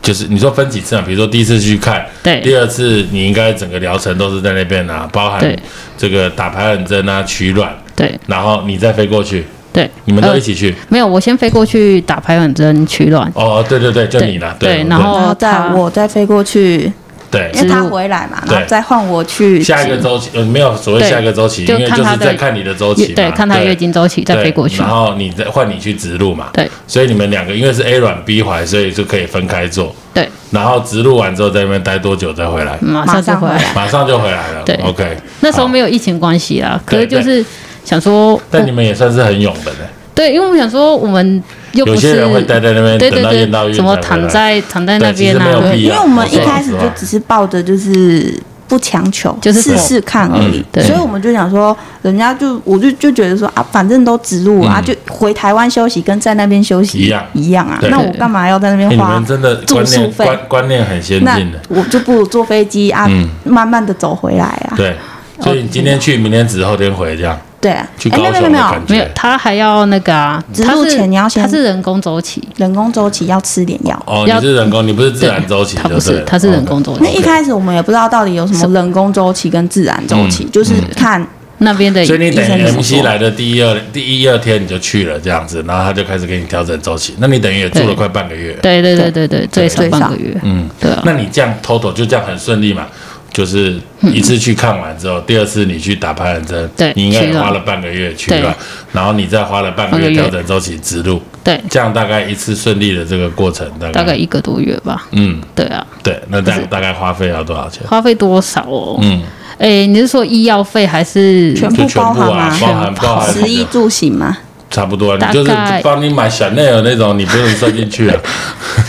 A: 就是你说分几次啊？比如说第一次去看，
B: 对
A: 第二次你应该整个疗程都是在那边啊，包含
B: 对
A: 这个打排卵针啊、取卵，
B: 对
A: 然后你再飞过去，
B: 对，
A: 你们都
B: 呃
A: 一起去。
B: 没有，我先飞过去打排卵针取卵，
A: 哦，对对对，就你啦，
B: 呃对
A: 对，
B: 然后
C: 然后再
B: 他
C: 我再飞过去，
A: 对
C: 因为他回来嘛，
A: 对
C: 然后再换我去
A: 下一个周期呃没有所谓
B: 对
A: 下一个周期，因
B: 就
A: 为
B: 看
A: 就是
B: 他的
A: 在看你的周期嘛，
B: 对，看他
A: 对
B: 月经周期再
A: 对
B: 飞过去
A: 然。后你再换你去植入嘛，
B: 对
A: 所以你们两个因为是 A 卵 B 怀，所以就可以分开做。
B: 对，
A: 然后植入完之后在那边待多久再回来？
B: 马上就
C: 马上
B: 回
C: 回
B: 来
C: 来。
A: 马上就回来了。
B: 嗯对
A: o k
B: 那时候没有疫情关系啦，可
A: 对
B: 是就是想说，
A: 但你们也算是很勇的呢。
B: 对，因为我想说我们又
A: 有
B: 不
A: 些
B: 是
A: 人会待在那边
B: 对
A: 等
B: 对
A: 到验到
B: 对，
A: 孕
B: 怎么
A: 才回
B: 躺
A: 来
B: 在躺在
A: 对
B: 那
A: 其实
B: 边
A: 没有
B: 啊？
A: 必
C: 呃因
A: 要
C: 为我们一
A: 我说
C: 开始
A: 实话
C: 就只是抱着就是不强求，
B: 就是
C: 试试看而已，
B: 对
C: 所以我们就想说，人家就我就就觉得说啊，反正都植入啊，就回台湾休息跟在那边休息
A: 一样
C: 一样啊，
A: 对
C: 那我干嘛要在那
A: 哎
C: 边
A: 你
C: 花
A: 们真的
C: 住
A: 观
C: 宿
A: 念
C: 费？
A: 观观念很先
C: 那
A: 进的，
C: 我就不如坐飞机啊
A: 嗯，
C: 慢慢的走回来啊，
A: 对。所以你今天去，明天只后天回，这样
C: 对啊，
A: 去
C: 哎，
A: 高
C: 没有
A: 雄
C: 没有
A: 的
C: 没有，
A: 感
B: 哦没有
A: 觉，。
B: 他还要那个啊，
C: 植入
B: 他是
C: 前你要先
B: 他是人工周期，
C: 人工周期要吃点药。
A: 哦，
B: 要
A: 你是人工，你不是自
B: 对
A: 然周期，
B: 他
A: 就
B: 不是
A: 了，哦
B: 他是人工周
C: 那
B: 期，
C: 一开始我们也不知道到底有什么人工周期跟自然周
A: 嗯
C: 期，就是看
B: 那边的
A: 所以你等
C: 医生
A: 于
C: 怎么
A: MC
C: 说
A: 来的第一二第一二天你就去了这样子，然后他就开始给你调整周期，那你等于也住了
B: 对
A: 快半个月。
B: 对对对对对，最少
C: 最少
B: 半个月，
A: 嗯，
B: 对啊，
A: 那你这样 total 就这样很顺利嘛？就是一次去看完之后，第二次你去打排卵针，
B: 对
A: 你应该也
B: 取卵
A: 花了半个月去
B: 对
A: 了，然后你再花了半个
B: 半个
A: 月
B: 月
A: 调整周期植入，
B: 对，
A: 这样大概一次顺利的这个过程大概
B: 大概一个多月吧，
A: 嗯
B: 对啊，
A: 对，那大大概花费要多少钱？
B: 花费多少哦？
A: 嗯，
B: 哎，你是说医药费还是
C: 全
A: 就
C: 部
A: 全
C: 包
A: 部
C: 含
A: 啊
C: 吗，？
A: 包含包含啊
C: 食
A: 你
C: 衣
A: 的
C: 住行嘛，
A: 差不多，你
B: 大
A: 就是
B: 概
A: 帮你买小内尔那种，你不用算进去了。，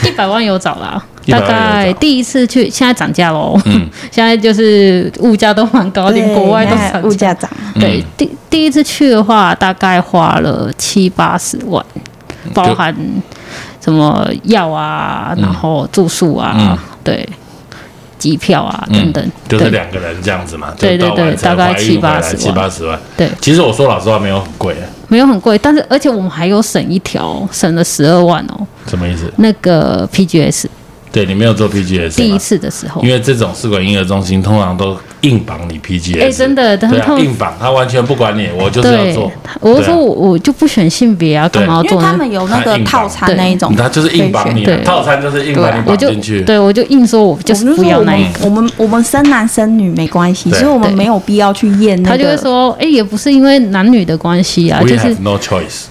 B: 一百万有找啦
A: 100
B: 大
A: 万有找
B: 概第一次去，现在涨价喽。现在就是物价都蛮高，连
C: 对
B: 国外都
C: 现在
B: 涨
C: 物。价涨，
A: 嗯
B: 对，第第一次去的话，大概花了七八十万，
A: 嗯
B: 包含什么药啊，然后住宿啊，对，机票啊等等，
A: 嗯就是
B: 对
A: 两个人这样子嘛，就
B: 对对
A: 到晚
B: 对
A: 才
B: 大概
A: 怀孕回来
B: 70-80
A: 七八十万。
B: 对，
A: 其实我说老实话没有很贵，
B: 没有很贵，但是而且我们还有省一条，省了十二万哦。
A: 什么意思？
B: 那个 PGS
A: 对你没有做 PGS
B: 第一
A: 吗
B: 次的时候
A: 因，为这种试管婴儿中心通常都硬绑你 PGS，
B: 哎真的他
A: 对啊，
B: 们
A: 硬绑他完全不管你，我就是要
B: 对
A: 做，，
B: 我就
A: 对啊
B: 说我我就不选性别啊，干嘛要
C: 因为
B: 做
C: 他
B: 呢？
C: 们有那
A: 太
C: 个
A: 硬了
C: 套餐那一种，
A: 他就是硬绑你啊
B: 对，
A: 套餐就是硬把你
B: 我
A: 绑
B: 就
A: 进去，
B: 对我就硬说，我就是不要那一个。
C: 我们我们我们生男生女没关系，
A: 对
C: 所以我们没有必要去验那
B: 他
C: 个。
B: 就会说，哎、也不是因为男女的关系啊，
A: ，We
B: 就是
A: have no choice，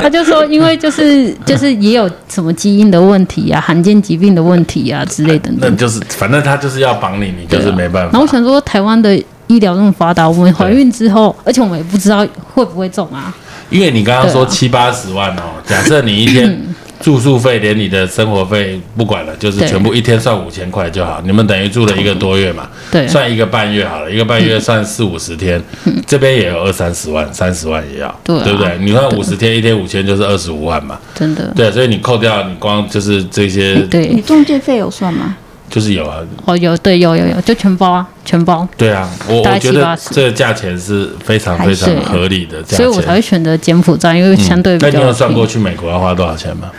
B: 他就说，因为就是就是也有什么基因的问题啊，罕见疾病的问题啊之类等
A: 那
B: 等，
A: 就是反正他就是要绑你，你就
B: 对啊
A: 是没办
B: 然后
A: 法
B: 我。想说，台湾的医疗那么发达，我们怀孕之后，而且我们也不知道会不会中啊，
A: 因为你刚刚说
B: 对啊嗯
A: 七八十万哦，假设你一天住宿费连你的生活费不管了，就是
B: 对
A: 全部一天算五千块就好。你们等于住了一个多月嘛，
B: 对嗯
A: 算一个半月好了，一个半月算四五十天，这边也有二三十万、三十万也要，
B: 对啊
A: 不对？你算五十天，一天五千就是二十五万嘛，
B: 真的。
A: 对，啊所以你扣掉你光就是这些，
C: 你
B: 哎对，
C: 中介费有算吗？
A: 就是有啊，
B: 哦有对有有有，就全包啊，全包，
A: 对啊，我
B: 大
A: 我
B: 概
A: 觉
B: 七
A: 得
B: 八十
A: 这个价钱是非常非常
B: 还是
A: 合理的价钱，嗯
B: 所以我才会选择柬埔寨，因为相对
A: 啊那
B: 比
A: 你
B: 较、
A: 有算过去美国要花多少钱吗？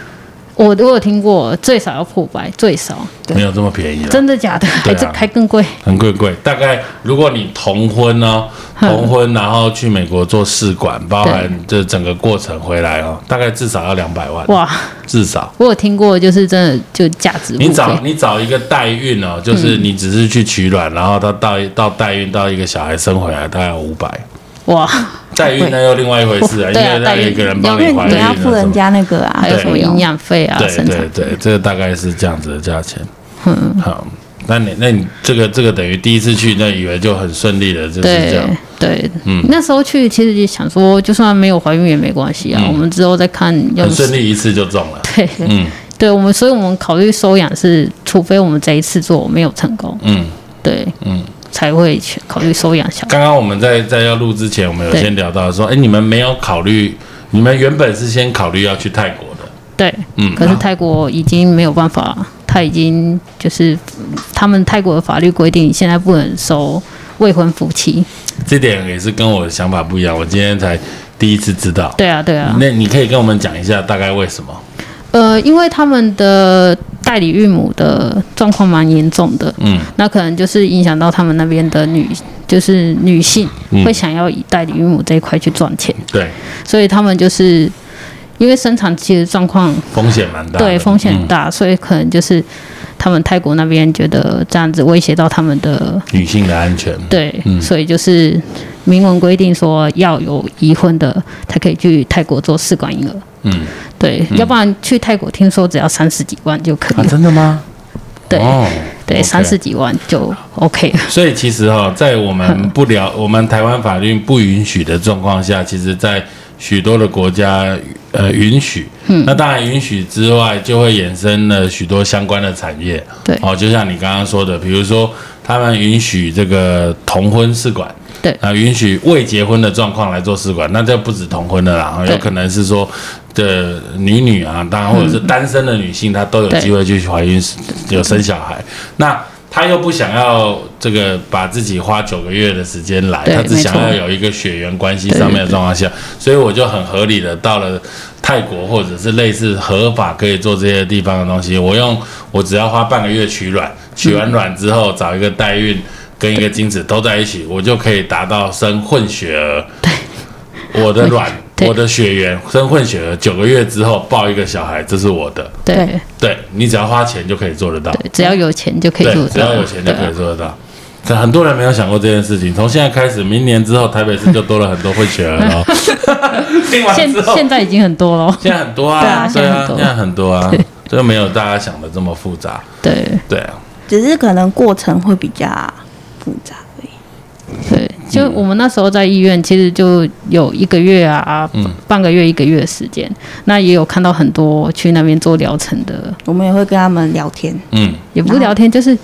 B: 我我有听过，最少要破百，最少
C: 对
A: 没有这么便宜了，
B: 真的假的？还
A: 啊对
B: 这
A: 啊
B: 还更贵？
A: 很贵贵。大概如果你同婚哦，同婚，然后去美国做试管，包含这整个过程回来哦，大概至少要两百万，
B: 哇！
A: 至少。
B: 我有听过，就是真的就价值不菲
A: 你找你找一个代孕哦，就是你只是去取卵，然后到到到代孕到一个小孩生回来，大概要五百。
B: 哇，
A: 代孕那又另外一回事啊，因
B: 对啊
A: 为那有一个人帮
C: 因为
A: 怀
C: 你
A: 孕
C: 要
A: 啊
C: 付人家那个啊，
B: 还有什么
C: 费用
B: 营养费啊、
A: 对
B: 生产
A: 对对，这个大概是这样子的价钱。嗯，好，那你那你这个这个等于第一次去，那以为就很顺利了，就是这
B: 对
A: 样。嗯
B: 对，那时候去其实也想说，就算没有怀孕也没关系啊，我们之后再看要
A: 嗯很
B: 不
A: 顺
B: 是。
A: 利一次就中了，
B: 对，嗯，对我们，所以我们考虑收养是，除非我们这一次做没有成功，
A: 嗯
B: 对，
A: 嗯，
B: 才会去考虑收养小孩。
A: 刚刚我们在在要录之前，我们有
B: 对
A: 先聊到说，哎，你们没有考虑，你们原本是先考虑要去泰国的，
B: 对，
A: 嗯
B: 可是泰国已经没有办法，他已经就是嗯他们泰国的法律规定，现在不能收未婚夫妻。
A: 这点也是跟我的想法不一样，我今天才第一次知道。
B: 对啊，对啊，
A: 那你可以跟我们讲一下大概为什么？
B: 呃，因为他们的代理孕母的状况蛮严重的，
A: 嗯，
B: 那可能就是影响到他们那边的女，就是女性
A: 嗯
B: 会想要以代理孕母这一块去赚钱，
A: 对，
B: 所以他们就是因为生产期的状况
A: 风险蛮大的，嗯
B: 对风险很大，所以可能就是他们泰国那边觉得这样子威胁到他们的
A: 女性的安全。
B: 对，
A: 嗯
B: 所以就是明文规定说要有已婚的才可以去泰国做试管婴儿。
A: 嗯，
B: 对，要不然去泰国听说只要三十几万就可
A: 啊，
B: 以了，
A: 真的吗？
B: 对
A: 哦、
B: 对，
A: OK
B: 三十。几万就 OK 了。
A: 所以其实哈、在我们不了我们台湾法律不允许的状况下，其实，在许多的国家呃允许。嗯，那当然允许之外，就会衍生了许多相关的产业。
B: 对
A: 哦，就像你刚刚说的，比如说他们允许这个同婚试管。
B: 对
A: 啊，允许未结婚的状况来做试管，那这不止同婚的啦，
B: 对
A: 有可能是说的女女啊，当然或者是单身的女性，她都有
B: 嗯对
A: 机会去怀孕，有生小孩。那她又不想要这个把自己花九个月的时间来，
B: 对
A: 她只想要
B: 没
A: 有一个血缘关系
B: 对
A: 上面的状况下，所以我就很合理的到了泰国或者是类似合法可以做这些地方的东西，我用我只要花半个月取卵，取完卵之后找一个代孕。跟一个精子都在一起，我就可以达到生混血儿。对，我的卵，
B: 对
A: 我的血缘生混血儿，九个月之后抱一个小孩，这是我的。
B: 对
C: 对
A: 对你只要花钱就可以做得到，
B: 对只要有钱就可以
A: 对
B: 做，
A: 只
B: 到
A: 要有钱就
B: 对啊
A: 可以做得到。但很多人没有想过这件事情，从现在开始，明年之后，台北市就多了很多混血儿 了。听完
B: 现
A: 之后，
B: 现在已经很多了，
A: 现在很多
B: 对
A: 啊，
B: 啊
A: 对啊，
B: 现在很多
A: 现在很多 啊，就没有大家想的这么复杂。
B: 对
A: 对啊，
C: 只是可能过程会比较复杂而已。
B: 对，就我们那时候在医院，其实就有一个月啊，
A: 嗯
B: 半个月一个月的时间，那也有看到很多去那边做疗程的，
C: 我们也会跟他们聊天，
A: 嗯，
B: 也不是聊天，就是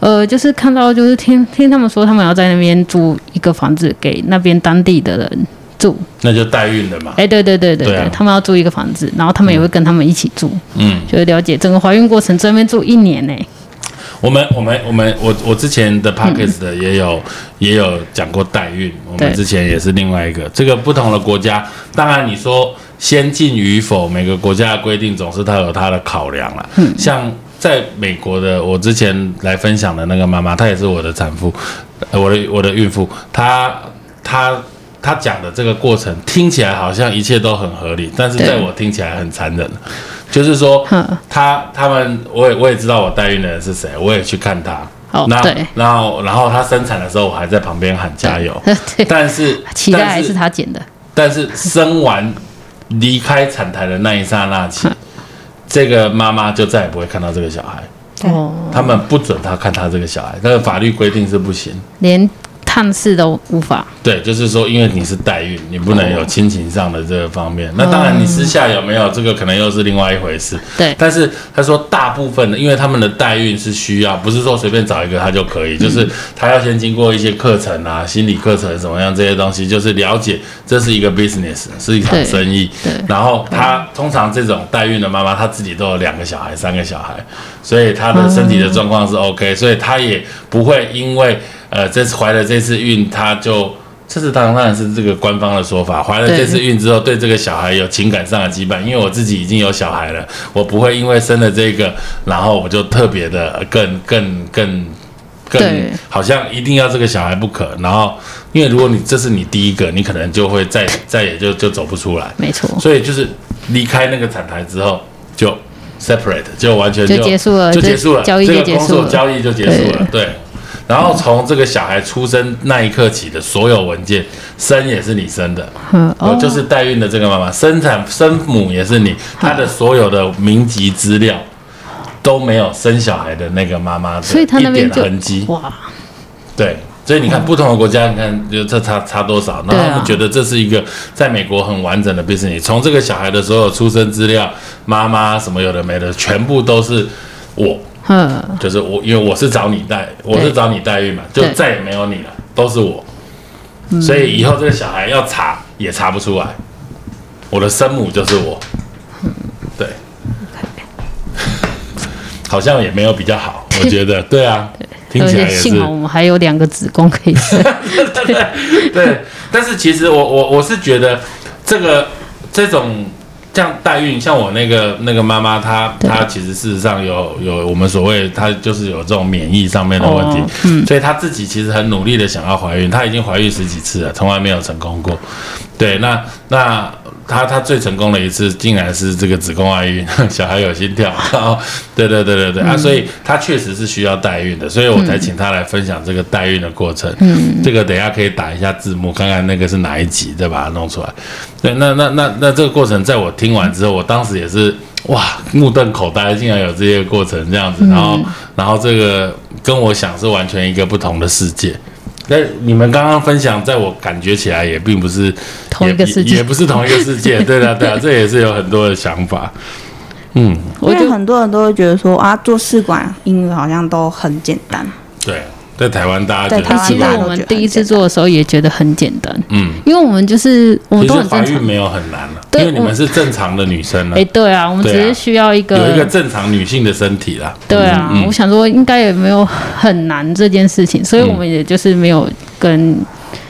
B: 呃，就是看到就是听听他们说，他们要在那边租一个房子给那边当地的人住，
A: 那就代孕了嘛。
B: 哎，对对对对
A: 对啊
B: 他们要租一个房子，然后他们也会跟他们一起住，
A: 嗯，
B: 就是了解整个怀孕过程，这边住一年哎呢、
A: 我们我们我们我我之前
B: 嗯
A: 的 p o c k e t 的也有、也有讲过代孕，我们
B: 对
A: 之前也是另外一个这个不同的国家，当然你说先进与否，每个国家的规定总是它有它的考量啦。嗯，像在美国的，我之前来分享的那个妈妈，她也是我的产妇，呃我的我的孕妇，她她。她讲的这个过程听起来好像一切都很合理，但是
B: 对
A: 在我听起来很残忍。就是说
B: 哼，
A: 他他们，我也我也知道我代孕的人是谁，我也去看他。
B: 哦
A: 那
B: 对
A: 然后然后他生产的时候，我还在旁边喊加 油
B: 对。
A: 但是
B: 脐带还
A: 但
B: 是他剪的，
A: 但是生完离开产台的那一刹那起，这个妈妈就再也不会看到这个小孩。
C: 对
B: 哦，
A: 他们不准她看她这个小孩，那个法律规定是不行。
B: 连探视都无法。
A: 对，就是说，因为你是代孕，你不能有亲情上的这个方面。那当然，你私下有没有这个，可能又是另外一回事。
B: 对
A: 但是他说，大部分的，因为他们的代孕是需要，不是说随便找一个他就可
B: 嗯
A: 以，就是他要先经过一些课程啊、心理课程什么样这些东西，就是了解这是一个 business，是一场
B: 对
A: 生意。
B: 对
A: 然后他通常这种代孕的妈妈，她自己都有两个小孩、三个小孩，所以她的身体的状呃况是 OK，、所以她也不会因为呃这次怀了这次孕，她就这次当然是这个官方的说法，怀了
B: 对
A: 这次孕之后，对这个小孩有情感上的羁绊，因为我自己已经有小孩了，我不会因为生了这个，然后我就特别的更更更更
B: 对，
A: 好像一定要这个小孩不可。然后，因为如果你这是你第一个，你可能就会再再也就就走不出来。
B: 没 错，
A: 所以就是离开那个产台之后就 separate，就完全
B: 就结束了
A: 就
B: 这
A: 结束了，
B: 交易就
A: 这个
B: 结
A: 工
B: 束
A: 作
B: 了
A: 交易就结束了，对。然后从这个小孩出生那一刻起的所有文件，生也是你生的，
B: 嗯，
A: 我
B: 哦，
A: 呃就是代孕的这个妈妈，生产生母也是你，她的所有的名籍资料都没有生小孩的那个妈妈
B: 所
A: 的
B: 以他那
A: 一点
B: 边就
A: 痕迹，
B: 哇，
A: 对，所以你看不同的国家，你看就这差差多少，然
B: 对
A: 后
B: 啊
A: 他们觉得这是一个在美国很完整的 business，从这个小孩的所有出生资料、妈妈什么有的没的，全部都是我，
B: 嗯，
A: 就是我，因为我是找你代，我是找你代孕嘛，就
B: 对嗯
A: 再也没有你了，都是我，所以以后这个小孩要查也查不出来，我的生母就是我，对，
B: 嗯
A: 好像也没有比较好，我觉 得，对啊，听
B: 而
A: 起来
B: 且
A: 也是
B: 幸。好我们还有两个子宫可以 生，
A: 对对，但是其实我我我是觉得这个这种像代孕，像我那个那个妈妈，她
B: 对
A: 她其实事实上有有我们所谓她就是有这种免疫上面的问题，
B: 哦嗯
A: 所以她自己其实很努力的想要怀孕，她已经怀孕十几次了，从来没有成功过。对，那那她她最成功的一次，竟然是这个子宫外孕， 小孩有心跳，然后对对对对对、啊，所以她确实是需要代孕的，所以我才请她来分享这个代孕的过程。嗯，这个等一下可以打一下字幕，看看那个是哪一集，再把它弄出来。对，那那那那这个过程，在我听完之后，我当时也是哇，目瞪口呆，竟然有这些过程这样子，然后、然后这个跟我想是完全一个不同的世界。那你们刚刚分享，在我感觉起来也并不是
B: 同一个世界
A: 也也不是同一个世 界。对的、对的、啊这也是有很多的想法。嗯，
C: 因
B: 我
C: 为
B: 就
C: 很多人都会觉得说啊，做试管婴儿好像都很简单，
A: 对，在台湾大家
C: 在
A: 觉得
C: 台湾
A: 是
B: 其实
A: 吧
C: 大家
B: 我
C: 都觉
B: 们
C: 得
B: 第一次
C: 很简单
B: 做的时候也觉得很简单，
A: 嗯，
B: 因为我们就是我们
A: 其
B: 都
A: 实
B: 很
A: 怀
B: 正常
A: 孕，没有很难了、啊
B: 对
A: 因为你们是正常的女生呢、
B: 哎，对啊，我们只
A: 对啊
B: 是需要一
A: 有一个
B: 个。
A: 正常女性的身体啦。
B: 对啊，
A: 嗯嗯
B: 我想说应该也没有很难这件事情，所以我们也就是没有跟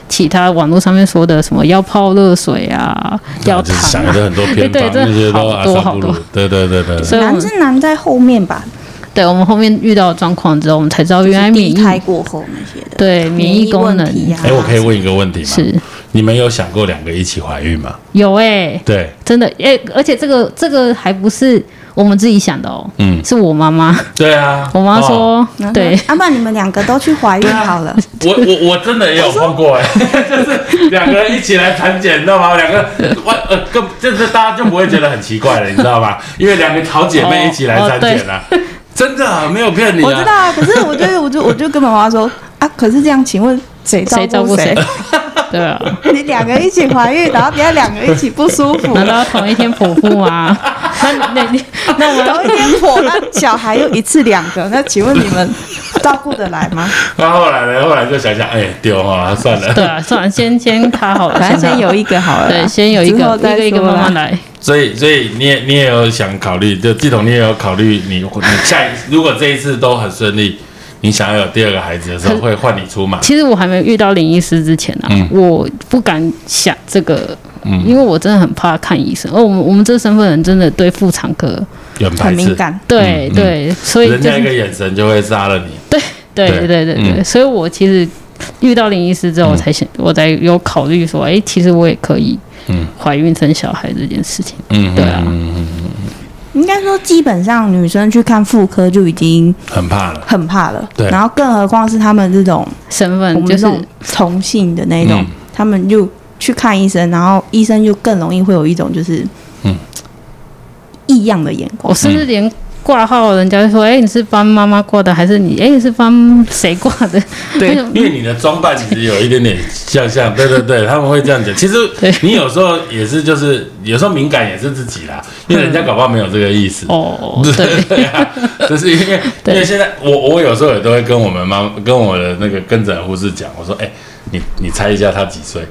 B: 其他网络上面说的什么要泡热水啊，要
A: 嗯就是
B: 躺
A: 想
B: 啊
A: 的，很多偏方，
B: 对对
A: 那些都
B: 好
A: 阿
B: 多
A: 萨
B: 好
A: 布
B: 多
A: 鲁，对对对对对。
B: 所以我
C: 难
B: 们
C: 是难在后面吧，
B: 对我们后面遇到的状况之后，我们才知道
C: 就
B: 哦原来
C: 是
B: 免
C: 第一
B: 疫
C: 胎过后那些的
B: 对免疫功能
C: 问题呀、
A: 哎，我可以问一个问题吗？
B: 是
A: 你们有想过两个一起怀孕吗？
B: 有哎、
A: 对，
B: 真的哎、而且这个这个还不是我们自己想的哦，
A: 嗯，
B: 是我妈妈，
A: 对啊。
B: 我妈
A: 哦
B: 说、
C: 然后
B: 对，
C: 阿嗯啊曼、不然你们两个都去怀孕好了，
A: 我我我真的也有碰过哎、 就是两个人一起来产检，你知道吗？两个我呃，更就是大家就不会觉得很奇怪了，你知道吗？因为两个好姐妹一起来产检
B: 哦
A: 啊， 真的、啊、没有骗你啊。
C: 我知道啊，可是我就我就我就跟妈妈说啊，可是这样，请问谁
B: 谁照
C: 照
B: 顾
C: 顾
B: 谁？对啊，
C: 你两个一起怀孕，然后别人两个一起不舒 服，
B: 难道要同一天剖腹 吗？那那你那我
C: 同一
B: 要
C: 天剖，那小孩又一次两个，那请问你们照顾得来吗？
A: 那后来呢？后来就想想，哎、丢啊，算了。
B: 对啊，算了，先先她好了，
C: 反正先
B: 她
C: 有一个好了啦，
B: 对，先有一
C: 之后
B: 个一
C: 再
B: 个一个
C: 说
B: 慢
C: 啦
B: 慢来，
A: 所以，所以你也你也有想考虑，就季彤，你也有考虑你你下一如果这一次都很顺利，你想要有第二个孩子的时候，会换你出马。
B: 其实我还没遇到林医师之前啊，
A: 嗯
B: 我不敢想这个，
A: 嗯
B: 因为我真的很怕看医生。而哦我们我们这身份的人真的对妇产科，
A: 有很排
C: 很
A: 斥
C: 敏，感。
B: 对、
A: 嗯嗯
B: 对，所以
A: 人
B: 就
A: 家一个
B: 是
A: 眼神就会杀了你。
B: 对
A: 对
B: 对对对对，
A: 嗯
B: 所以我其实遇到林医师之后，我才想，我才有考虑说，哎、其实我也可以
A: 嗯
B: 怀孕生小孩这件事情。
A: 嗯，
B: 对啊
A: 嗯嗯嗯
C: 应该说，基本上女生去看妇科就已经
A: 很怕了。
C: 很怕了，
A: 对
C: 然后更何况是他们这种
B: 身
C: 我
B: 份
C: 们
B: 嗯就
C: 这
B: 是
C: 种同性的那种
A: 嗯，
C: 他们就去看医生，然后医生就更容易会有一种就是
A: 嗯
C: 异样的眼光
B: 我。甚至连挂号，人家就说，哎、你是帮妈妈挂的，还是你哎、你是帮谁挂 的？
A: 对
B: 那种，
A: 因为你的装扮其实有一点点像像，对对对，他们会这样讲。其实
B: 对
A: 你有时候也是，就是有时候敏感也是自己啦，因为人家搞不好没有这个意思。
B: 嗯哦，对。
A: 对啊，就是因为因
B: 对
A: 为现在我我有时候也都会跟我们妈跟我的那个跟诊护士讲，我说哎、你你猜一下他几 岁？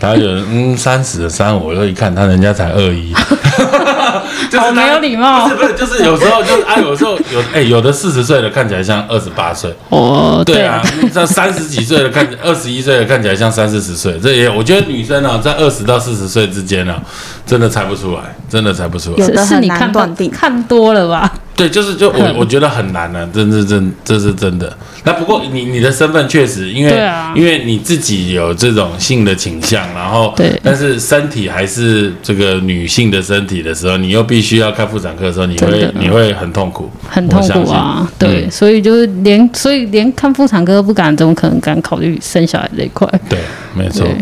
A: 他就嗯三十三五，我就一看他人家才二一， 就是
B: 好没有
A: 他
B: 礼貌
A: 不是不是，就是有时候就是啊，有时候有哎、有的四十岁的看起来像二十八岁，
B: 哦，
A: 对啊，，
B: 啊
A: 像三十几岁的看，二十一岁的看起来像三四十岁，这也我觉得女生啊，在二十到四十岁之间呢、啊，真的猜不出来，真的猜不出来
C: 有。
B: 是
C: 的
B: 是
C: 很
B: 你
C: 难
B: 看到
C: 断定
B: 看多了吧？
A: 对，就是就我我觉得很难啊，真是真这是真的。那不过你你的身份确实，因为、
B: 对啊
A: 因为你自己有这种性的倾向，然后
B: 对
A: 但是身体还是这个女性的身体的时候，你又必须要开妇产科的时候，你
B: 真
A: 会
B: 的
A: 你会很痛苦，
B: 很痛
A: 我
B: 苦
A: 相信嗯
B: 啊，对，所以就是连所以连看妇产科都不敢，怎么可能敢考虑生小孩这一块？
A: 对，没错
B: 对，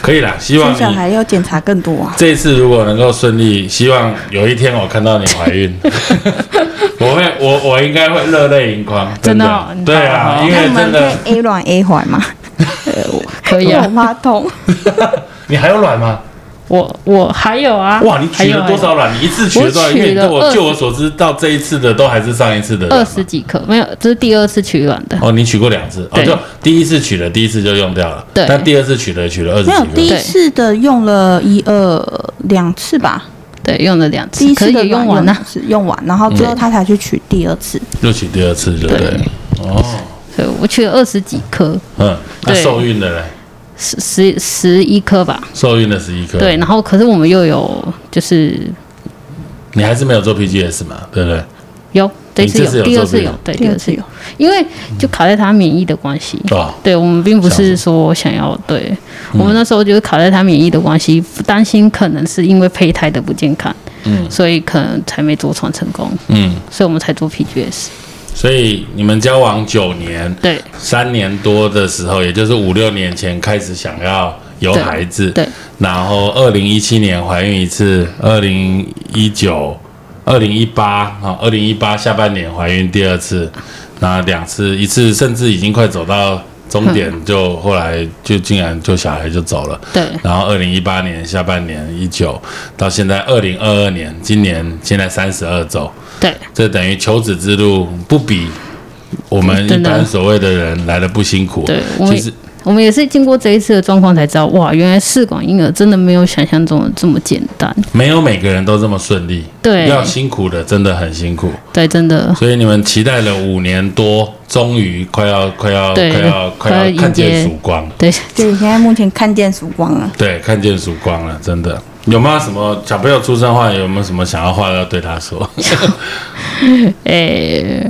A: 可以啦，希望
C: 生
A: 你
C: 小孩要检查更多啊。
A: 这一次如果能够顺利，希望有一天我看到你怀 孕，我会我我应该会热泪盈眶，
B: 真的
A: 的
B: 哦，
A: 对啊，
B: 你好
A: 因为
C: 那
A: 真
C: 我们
A: 的，
C: 可以 A 卵 A 环 嘛？
B: 可以
C: 因为我
B: 啊，
C: 怕痛，
A: 你还有卵吗？
B: 我我还有啊，
A: 哇，你取
B: 还有
A: 了
B: 啊
A: 多少卵？你一次取了多少？
B: 我
A: 因
B: 取了
A: 为我
B: 20
A: 就我所知，到这一次的都还是上一次的卵
B: 二
A: 嘛
B: 十几颗，没有，这是第二次取卵的，
A: 啊哦，你取过两次，哦，
B: 对
A: 就第一次取了，第一次就用掉了，
B: 对
A: 但第二次取了，取了二十
C: 没有
A: 几
C: 第
A: 个，
C: 一次的用了一二两次吧，
B: 对，用了两
C: 第
B: 次，
C: 一
B: 可是
C: 次的
B: 也用
C: 卵
B: 完啊了
C: 两，次用完，然后之后他才去取第二次。
A: 又取第二次，对不对
B: 对？
A: 哦，
B: 对，我取了二十几颗，
A: 嗯，那
B: 对
A: 受孕的嘞，
B: 十十十一颗吧，
A: 受孕的十一颗，
B: 对，，然后可是我们又有就是
A: 你还是没有做 PGS 嘛，对不对？
B: 有这
A: 你
B: 次
A: 这次有
B: 有，第
A: 做
B: 二次
A: 这个
B: 有，对，第二次
C: 第
B: 有
C: 二，
B: 因为就卡在他免疫的关系，
A: 哦，
B: 对我们并不是
A: 啊
B: 说想要对，
A: 嗯
B: 我们那时候就是考虑他免疫的关系，担心可能是因为胚胎的不健康，
A: 嗯
B: 所以可能才没着床成功，
A: 嗯，
B: 所以我们才做 PGS。
A: 所以你们交往九年，
B: 对
A: 三年多的时候，也就是五六年前开始想要有
B: 对
A: 孩子，
B: 对，
A: 然后二零一七年怀孕一次，二零一九、二零一八啊，二零一八下半年怀孕第二次，那两次，一次甚至已经快走到终点，就后来就竟然就小孩就走了。
B: 对
A: 然后二零一八年下半年一九到现在二零二二年，今年现在三十二周，
B: 对
A: 这等于求子之路不比我们一
B: 真的
A: 般所谓的人来的不辛苦。
B: 对，我
A: 其
B: 们
A: 实
B: 我们也是经过这一次的状况才知道，哇，原来试管婴儿真的没有想象中的这么简单。
A: 没有每个人都这么顺利，
B: 对
A: 要辛苦的真的很辛苦。
B: 对，真的，
A: 所以你们期待了五年多，终于快要快要快
B: 对
A: 要快
B: 快要
A: 要看
B: 迎接
A: 见曙光，
B: 对，
C: 对，现在目前看见曙光了。
A: 对，看见曙光了，真的。有没有什么小朋友出生的话，有没有什么想要话要对他 说？
B: 诶、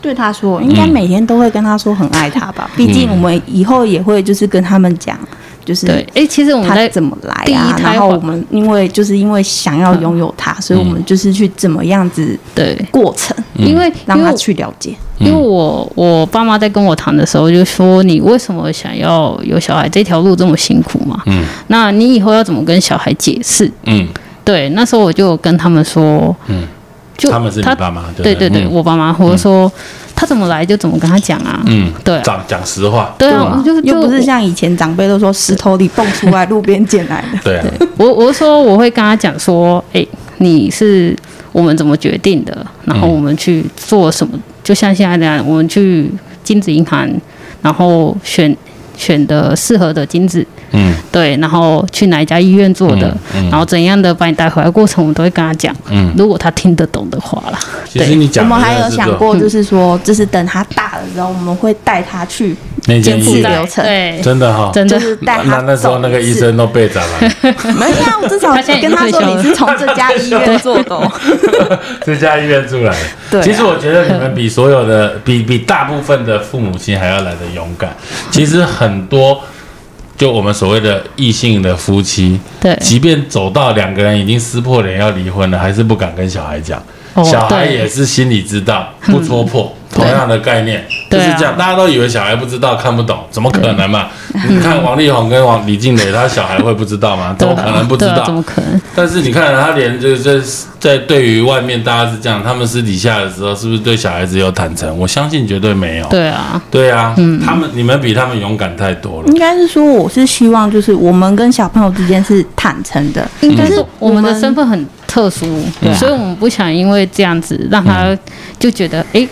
C: 对他说，应
B: 嗯
C: 该每天都会跟他说很爱他吧，毕竟我们以后也会就是跟他们讲，就是
B: 对，诶、其实我们
C: 嗯他
B: 在
C: 怎么来
B: 第一
C: 啊，
B: 胎
C: 然后
B: 怀
C: 我们因为就是因为想要拥有他，所以我们就是去怎么样子
B: 对，
C: 过程，
A: 嗯
B: 因为
C: 让
B: 因为
C: 他
B: 我
C: 去了解。
B: 因为我我爸妈在跟我谈的时候就说，你为什么想要有小孩？这条路这么辛苦嘛？
A: 嗯，
B: 那你以后要怎么跟小孩解释？
A: 嗯，
B: 对，那时候我就有跟他们说，
A: 嗯，
B: 就
A: 他们是你爸妈，不
B: 对对对，
A: 嗯
B: 我爸妈，我说、他怎么来就怎么跟他讲啊，
A: 嗯，
B: 对啊，
A: 讲讲实话，
B: 对啊，我就就
C: 又不是像以前长辈都说石头里蹦出来，路边捡来的。
A: 对啊，
B: 我我是说我会跟他讲说，哎、你是我们怎么决定的，然后我们去做什么，就像现在那样，我们去精子银行，然后选选的适合的精子，
A: 嗯
B: 对，然后去哪一家医院做的，
A: 嗯嗯
B: 然后怎样的把你带回来的过程，我们都会跟他讲，
A: 嗯。
B: 如果他听得懂的话啦，
A: 其实你
C: 我
A: 讲的
C: 们
A: 真
C: 还
A: 的
C: 有
A: 是
C: 想
A: 对
C: 过，就是说，就是等他大了之后，我们会带他去，
A: 那件医
C: 复健疗程
B: 对，
A: 真的哈，
B: 真
C: 就
B: 的
C: 是带
A: 那
C: 他
A: 那时候
C: 走
A: 那个
C: 一
A: 医
C: 次
A: 生都被砸了。
C: 没有，至少
B: 他现在已经
C: 跟他
B: 退
C: 说
B: 休
C: 你
B: 了
C: 是从这家医院做的哦。
A: 这家医院出来的。
C: 对啊
A: 其实我觉得你们比所有的比比大部分的父母亲还要来的勇敢。其实很多就我们所谓的异性的夫妻，
B: 对
A: 即便走到两个人已经撕破脸要离婚了，还是不敢跟小孩讲。
B: 哦
A: 小孩
B: 对
A: 也是心里知道，不戳破，同样的概念就
B: 对
A: 是
B: 啊
A: 这样。大家都以为小孩不知道、看不懂，怎么可能嘛？
B: 嗯
A: 你看王力宏跟王李静蕾，他小孩会不知道吗？怎
B: 对
A: 么
B: 啊，
A: 可能不知
B: 对啊
A: 道？
B: 怎么可能？
A: 但是你看，他连就是在在对于外面大家是这样，他们私底下的时候，是不是对小孩子有坦诚？我相信绝对没有。
B: 对啊，
A: 对啊，他们你们比他们勇敢太多了
C: 应。该是说，我是希望就是我们跟小朋友之间是坦诚的，
B: 应该是
C: 嗯
B: 我们的身份很特殊，
A: 对啊
B: 所以我们不想因为这样子让他就觉得，哎、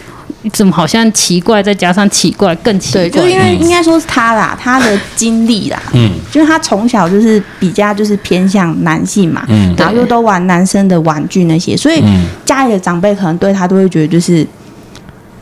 B: 怎么好像奇怪，再加上奇怪更奇怪，
C: 对，就是因为应该说是他啦，他的经历啦，嗯，就是他从小就是比较就是偏向男性嘛，嗯，然后又都玩男生的玩具那些，所以
A: 嗯
C: 家里的长辈可能对他都会觉得就是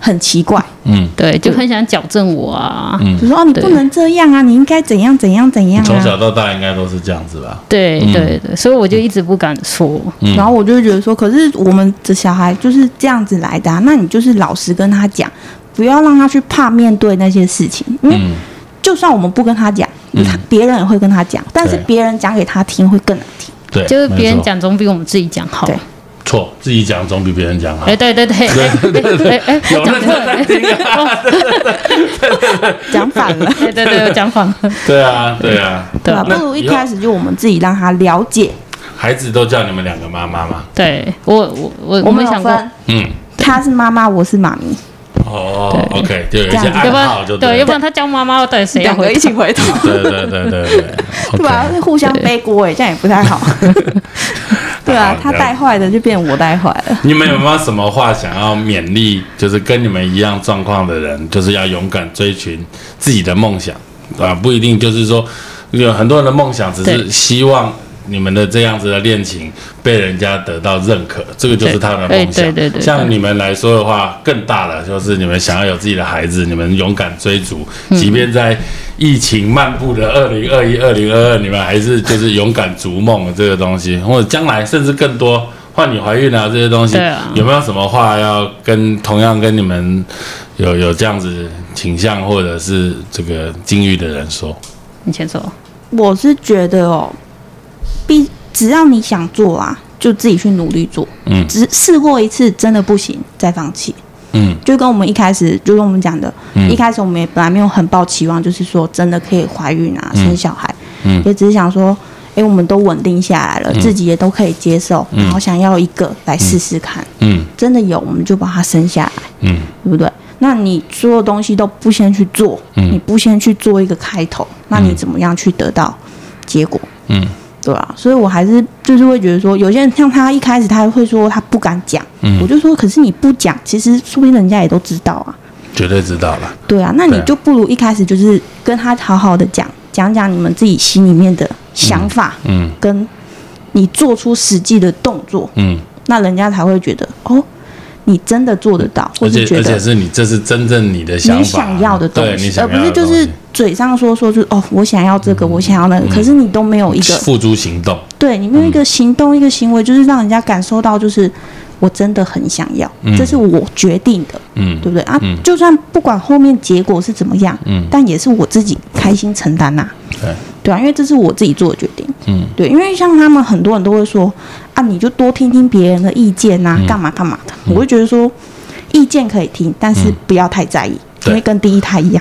C: 很奇怪，
A: 嗯，
B: 对就很想矫正我啊，
C: 就说哦你不
B: 对
C: 能这样啊，你应该怎样怎样怎样
A: 你从小
C: 啊，
A: 到大应该都是这样子吧？
B: 对对对，所以我就一直不敢说，
A: 嗯
C: 然后我就会觉得说，可是我们的小孩就是这样子来的、啊，那你就是老实跟他讲，不要让他去怕面对那些事情，因为
A: 嗯
C: 就算我们不跟他讲，他别人也会跟他讲，但是
A: 对
C: 别人讲给他听会更难听。
A: 对，
B: 就是别
A: 没
B: 人
A: 错
B: 讲总比我们自己讲好
C: 对。
A: 错，自己讲总比别人讲好
B: 哎，。对对对，哎哎，
A: 有
B: 讲
A: 认真
B: 错
A: 在
B: 了，
A: 听啊！
C: 讲反了，
B: 对对对，我讲反了，
A: 对啊，对啊，
C: 对
B: 对
C: 吧？
B: 啊
C: 不如一开始就我们自己让他了解，
A: 孩子都叫你们两个妈妈嘛。
B: 对我我我
C: 我
B: 我
C: 们
B: 没
C: 有
B: 想过，
C: 分，
A: 嗯，
C: 他是妈妈，我是妈咪，
A: 哦
B: 对
A: ，OK，就有一
C: 这
A: 些
C: 样子
B: 要
A: 爱
B: 不
A: 好就
B: 然对，要不
A: 了
B: 然他叫妈妈，到底谁要回答？
C: 起回头，
A: 对对对对 对
C: 对吧？
A: ，OK，
C: 互相背锅哎，这样也不太好。对啊
A: 好，
C: 他带坏的就变我带坏 了。
A: 你们有没有什么话想要勉励，就是跟你们一样状况的人，就是要勇敢追寻自己的梦想啊？不一定就是说，有很多人的梦想只是
B: 对
A: 希望你们的这样子的恋情被人家得到认可，这个就是他们的
B: 对
A: 梦想。
B: 哎对对对
A: 像你们来说的话，更大了，就是你们想要有自己的孩子，你们勇敢追逐，
B: 嗯
A: 即便在疫情漫步的二零二一、二零二二，你们还是就是勇敢逐梦这个东西，或者将来甚至更多。换你怀孕啊，这些东西、
B: 对啊
A: 有没有什么话要跟同样跟你们有有这样子倾向或者是这个境遇的人说？
B: 你先说，
C: 我是觉得哦，必只要你想做啊，就自己去努力做。
A: 嗯
C: 只试过一次真的不行，再放弃。
A: 嗯
C: 就跟我们一开始，就是我们讲的，
A: 嗯
C: 一开始我们也本来没有很抱期望，就是说真的可以怀孕啊，
A: 嗯
C: 生小孩，
A: 嗯
C: 也只是想说，哎、我们都稳定下来了，自己也都可以接受，然后想要一个来试试看，
A: 嗯
C: 真的有我们就把它生下来，
A: 嗯
C: 对不对？那你所有东西都不先去做，
A: 嗯
C: 你不先去做一个开头，那你怎么样去得到结果？
A: 嗯
C: 对啊，所以我还是就是会觉得说，有些人像他一开始他会说他不敢讲，
A: 嗯
C: 我就说，可是你不讲，其实说不定人家也都知道啊。
A: 绝对知道了。
C: 对啊，那
A: 对
C: 你
A: 啊
C: 就不如一开始就是跟他好好的讲，讲讲你们自己心里面的想法，
A: 嗯
C: 跟你做出实际的动作，
A: 嗯，
C: 那人家才会觉得哦，你真的做得到，或
A: 而
C: 是
A: 且
C: 觉
A: 而
C: 得
A: 且是你这是真正你的想
C: 你
A: 法啊，
C: 想要的东
A: 对你
C: 西，
A: 想
C: 而
A: 要
C: 不
A: 的
C: 是就
A: 东西嗯
C: 是嘴上说说就是哦，我想要这个，我想要那个，可是你都没有一个
A: 付诸行动。
C: 对你没有一
A: 嗯
C: 个行动，一个行为，就是让人家感受到就是。我真的很想要，这是我决定的，
A: 嗯
C: 对不对啊？
A: 嗯
C: 就算不管后面结果是怎么样，
A: 嗯
C: 但也是我自己开心承担呐、
A: 对，
C: 对啊，因为这是我自己做的决定，
A: 嗯，
C: 对，因为像他们很多人都会说啊，你就多听听别人的意见呐、
A: 嗯
C: 干嘛干嘛的，我会觉得说意见可以听，但是不要太在意，
A: 嗯对
C: 因为跟第一胎一样，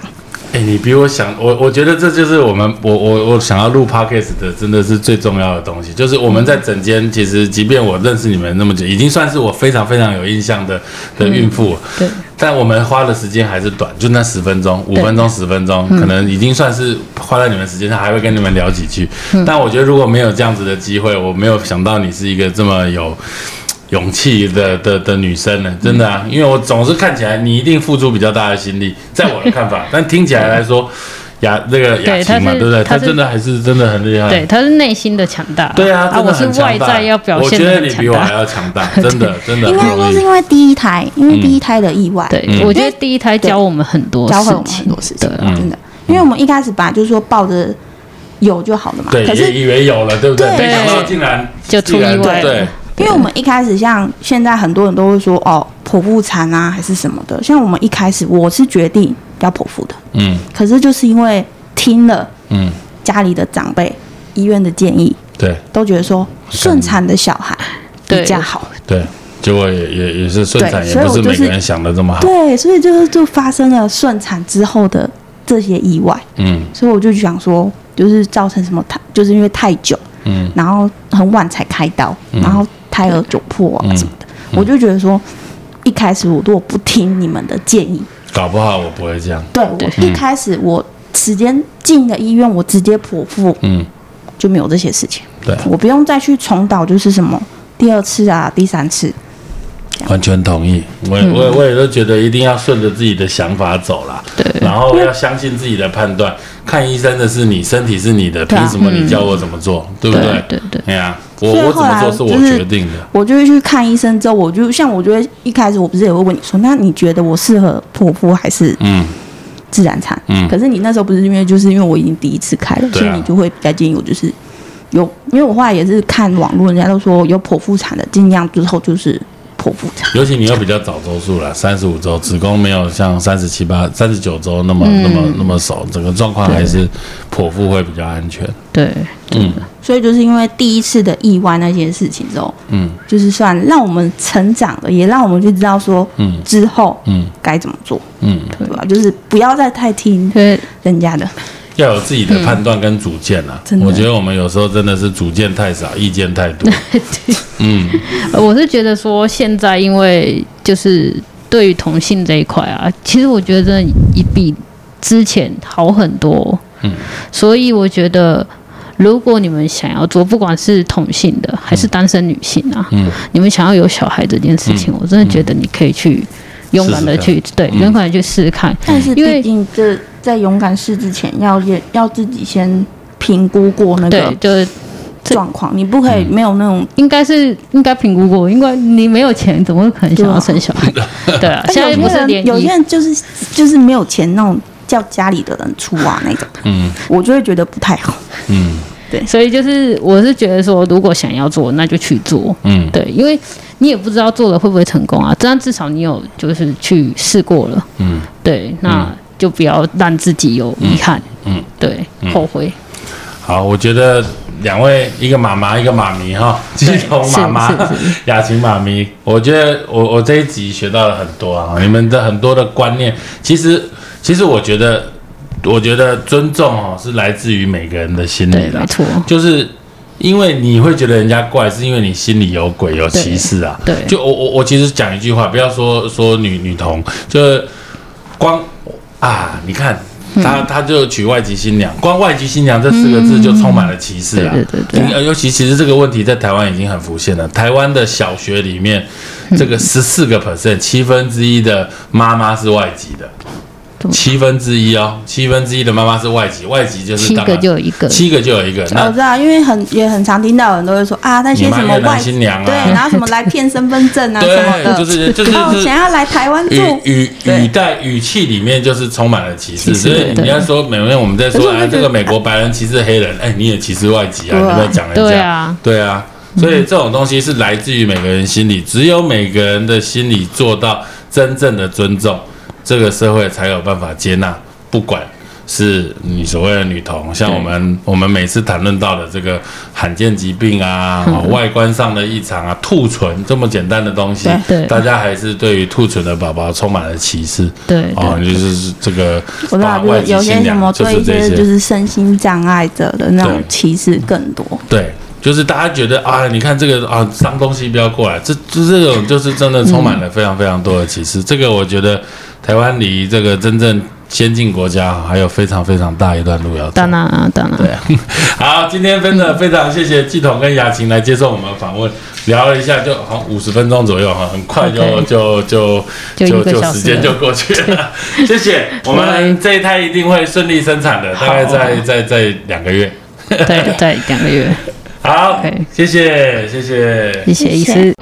A: 哎、你比我想，我我觉得这就是我们我我我想要录 podcast 的，真的是最重要的东西，就是我们在整间，其实即便我认识你们那么久，已经算是我非常非常有印象的
C: 嗯
A: 的孕妇了，
B: 对
A: 但我们花的时间还是短，就那十分钟、五
B: 对嗯
A: 分钟、十分钟，可能已经算是花在你们时间上，还会跟你们聊几句。
B: 嗯
A: 但我觉得如果没有这样子的机会，我没有想到你是一个这么有。勇气的的的女生
B: 嗯
A: 呢，真的啊，因为我总是看起来你一定付出比较大的心力，在我的看 法，但听起来来说，雅那个雅
B: 对
A: 琴嘛，
B: 她是
A: 对不对？
B: 她
A: 她
B: 是
A: 真的还是真的很厉害，
B: 对，他是内心的强大，
A: 嗯对啊，真
B: 我
A: 的
B: 是
A: 很强
B: 外
A: 大
B: 在要表现
A: 我觉
B: 的
A: 得你
B: 很
A: 比
B: 强
A: 我
B: 大
A: 还。要强大，真 的真的
C: 应该
A: 不
C: 说
A: 容
C: 是
A: 易
C: 因。为第一胎，因
A: 嗯
C: 为第一胎的意外，
B: 对，我觉得第一胎教我们很多
C: 教会
B: 事
C: 我们很
B: 情
C: 多事，情，
A: 嗯
B: 对啊
C: 真的，因为我们一开始吧，就是说抱着有就好了嘛，
A: 对，
C: 可是
A: 也以为有了，对不对？
C: 对
A: 没想到竟然
B: 就出
A: 竟然
B: 意外
A: 对
B: 了，
C: 因为我们一开始像现在很多人都会说哦剖腹产啊还是什么的，像我们一开始我是决定要剖腹的，
A: 嗯
C: 可是就是因为听了
A: 嗯，
C: 家里的长辈、医院的建议，
A: 对
C: 都觉得说顺产的小孩比较好，
A: 对，结果也也也是顺产，
C: 对
A: 也
C: 所以
A: 不是
C: 我就
A: 每
C: 是
A: 个人想的这么好。
C: 对，所以就是就发生了顺产之后的这些意外，
A: 嗯
C: 所以我就想说，就是造成什么太，就是因为太久，
A: 嗯
C: 然后很晚才开刀，然后胎儿窘迫
A: 嗯
C: 啊什么的，我就觉得说，一开始我如果不听你们的建议，
A: 搞不好我不会这样。
C: 对我一开始我时间进了医院，我直接剖腹
A: 嗯，
C: 就没有这些事情，
A: 对，
C: 我不用再去重蹈就是什么第二次啊、第三次，
A: 完全同意，我也
C: 嗯
A: 我也我也都觉得一定要顺着自己的想法走啦，
B: 对
A: 然后要相信自己的判断，看医生的是你，身体是你的，
C: 对啊
A: 凭什么你教我怎么做，对不对？
B: 对对
A: 哎呀，我
C: 所以
A: 我怎
C: 后来
A: 么做是我
C: 就是
A: 决定的，
C: 我就会去看医生，之后我就像我觉得一开始我不是也会问你说，那你觉得我适合剖腹还是
A: 嗯，
C: 自然产？
A: 嗯
C: 可是你那时候不是因为就是因为我已经第一次开了，
A: 对啊
C: 所以你就会比较建议我就是有，因为我后来也是看网络，人家都说有剖腹产的尽量之后就是剖腹产。
A: 尤其你又比较早周数了，三十五周，子宫没有像三十七八、三十九周那么、
C: 嗯
A: 那么那么熟，整个状况还是剖腹会比较安全。
B: 对，
A: 嗯
C: 所以就是因为第一次的意外那些事情之后，
A: 嗯
C: 就是算让我们成长了，也让我们去知道说
A: 嗯
C: 之后
A: 嗯
C: 该怎么做，
A: 嗯，
C: 对吧？就是不要再太听
B: 所以
C: 人家的，
A: 要有自己的判断跟主见啊。
C: 真的
A: 我觉得我们有时候真的是主见太少，意见太多。嗯，
B: 呃我是觉得说，现在因为就是对于同性这一块啊，其实我觉得真的也比之前好很多。
A: 嗯，
B: 所以我觉得，如果你们想要做，不管是同性的还是单身女性啊，
A: 嗯，
B: 你们想要有小孩这件事情，我真的觉得你可以去勇敢
A: 试
B: 的
A: 试看
B: 去对，
A: 嗯
B: 勇敢的去试试看。
C: 但是
B: 因为
C: 毕竟这在勇敢试之前要也要自己先评估过那
B: 对
C: 个，
B: 就是这
C: 状况，你不可
A: 嗯
C: 以没有那种。
B: 应该是应该评估过，因为你没有钱，怎么会可能想要生小 孩？对啊，
C: 而
B: 现
C: 且
B: 在
C: 哎有
B: 不
C: 些
B: 是联
C: 人有些
B: 谊，
C: 人就是就是没有钱那种叫家里的人出啊那种，
A: 嗯
C: 我就会觉得不太好。
A: 嗯
B: 所以就是我是觉得说，如果想要做，那就去做。
A: 嗯，
B: 对，因为你也不知道做了会不会成功啊，但至少你有就是去试过了。
A: 嗯，
B: 对，那就不要让自己有遗憾。
A: 嗯嗯
B: 对，后悔。
A: 好，我觉得两位，一个妈妈，一个妈咪哈，鸡同妈妈
B: 是是，
A: 雅琴妈咪，我觉得我我这一集学到了很多啊，你们的很多的观念，其实其实我觉得，我觉得尊重哦是来自于每个人的心
B: 对
A: 里，的
B: 没，错。
A: 就是因为你会觉得人家怪，是因为你心里有鬼有歧视啊。
B: 对对
A: 就我我我其实讲一句话，不要说说女女童，就是光啊，你看。他
B: 嗯
A: 他就娶外籍新娘，光外籍新娘这四个字就充满了歧视啊！
B: 对对对对
A: 呃尤其其实这个问题在台湾已经很浮现了。台湾的小学里面，
B: 嗯
A: 这个十四个 percent 七分之一的妈妈是外籍的，
B: 对
A: 七分之一哦，七分之一的妈妈是外籍，外籍就是
B: 七
A: 当
B: 个
A: 然
B: 就有一个，
A: 七个就有一个，
C: 哦我
A: 那
C: 知道，因为很也很常听到有人都会说啊，那些什么
A: 啊你妈越
C: 外
A: 南新娘啊
C: 对，然后什么来骗身份证 啊什么的，
A: 对，就是就是
C: 哦
A: 就是
C: 想要来台湾
A: 语
C: 住，
A: 语
C: 对
A: 语带语气里面就是充满了歧视，
B: 歧视
A: 所以
B: 对
A: 你要说美国我们在
C: 可是
A: 说
C: 我就
A: 啊，
C: 觉得
A: 这个美国白人歧视黑人，哎，你也歧视外籍啊，
C: 对啊
A: 你在讲人家，
B: 对啊，
A: 对啊，所以这种东西是来自于每个人心里，只有每个人的心里做到真正的尊重，这个社会才有办法接纳，不管。是你所谓的女童，像我们我们每次谈论到的这个罕见疾病啊、
C: 嗯
A: 哦外观上的异常啊、兔唇这么简单的东西，
B: 对
A: 大家还是对于兔唇的宝宝充满了歧视。
B: 对
A: 哦，
B: 对
A: 就是这个，
C: 我知道，
A: 啊
C: 就
A: 外
C: 是
A: 籍
C: 有
A: 新
C: 些什
A: 娘
C: 么
A: 就是
C: 对一
A: 这些，
C: 就是身心障碍者的那种
A: 对
C: 歧视更多。
A: 对，就是大家觉得啊，你看这个啊，脏东西不要过来，这这这种就是真的充
B: 嗯
A: 满了非常非常多的歧视。这个我觉得台湾离这个真正先进国家还有非常非常大一段路要走
B: 当。然啊，当然。
A: 好，今天真的非常谢谢季彤跟雅琴来接受我们访问，聊了一下，就好像五十分钟左右哈，很快就
B: OK
A: 就就
B: 就一
A: 就
B: 个
A: 就
B: 小时
A: 时间
B: 了
A: 就过去 了。谢谢，我们这一胎一定会顺利生产的，大概在在在两个月。
B: 对，在两个月，
A: 好
B: OK，
A: 谢谢谢谢。
B: 谢谢医
C: 谢谢
B: 师。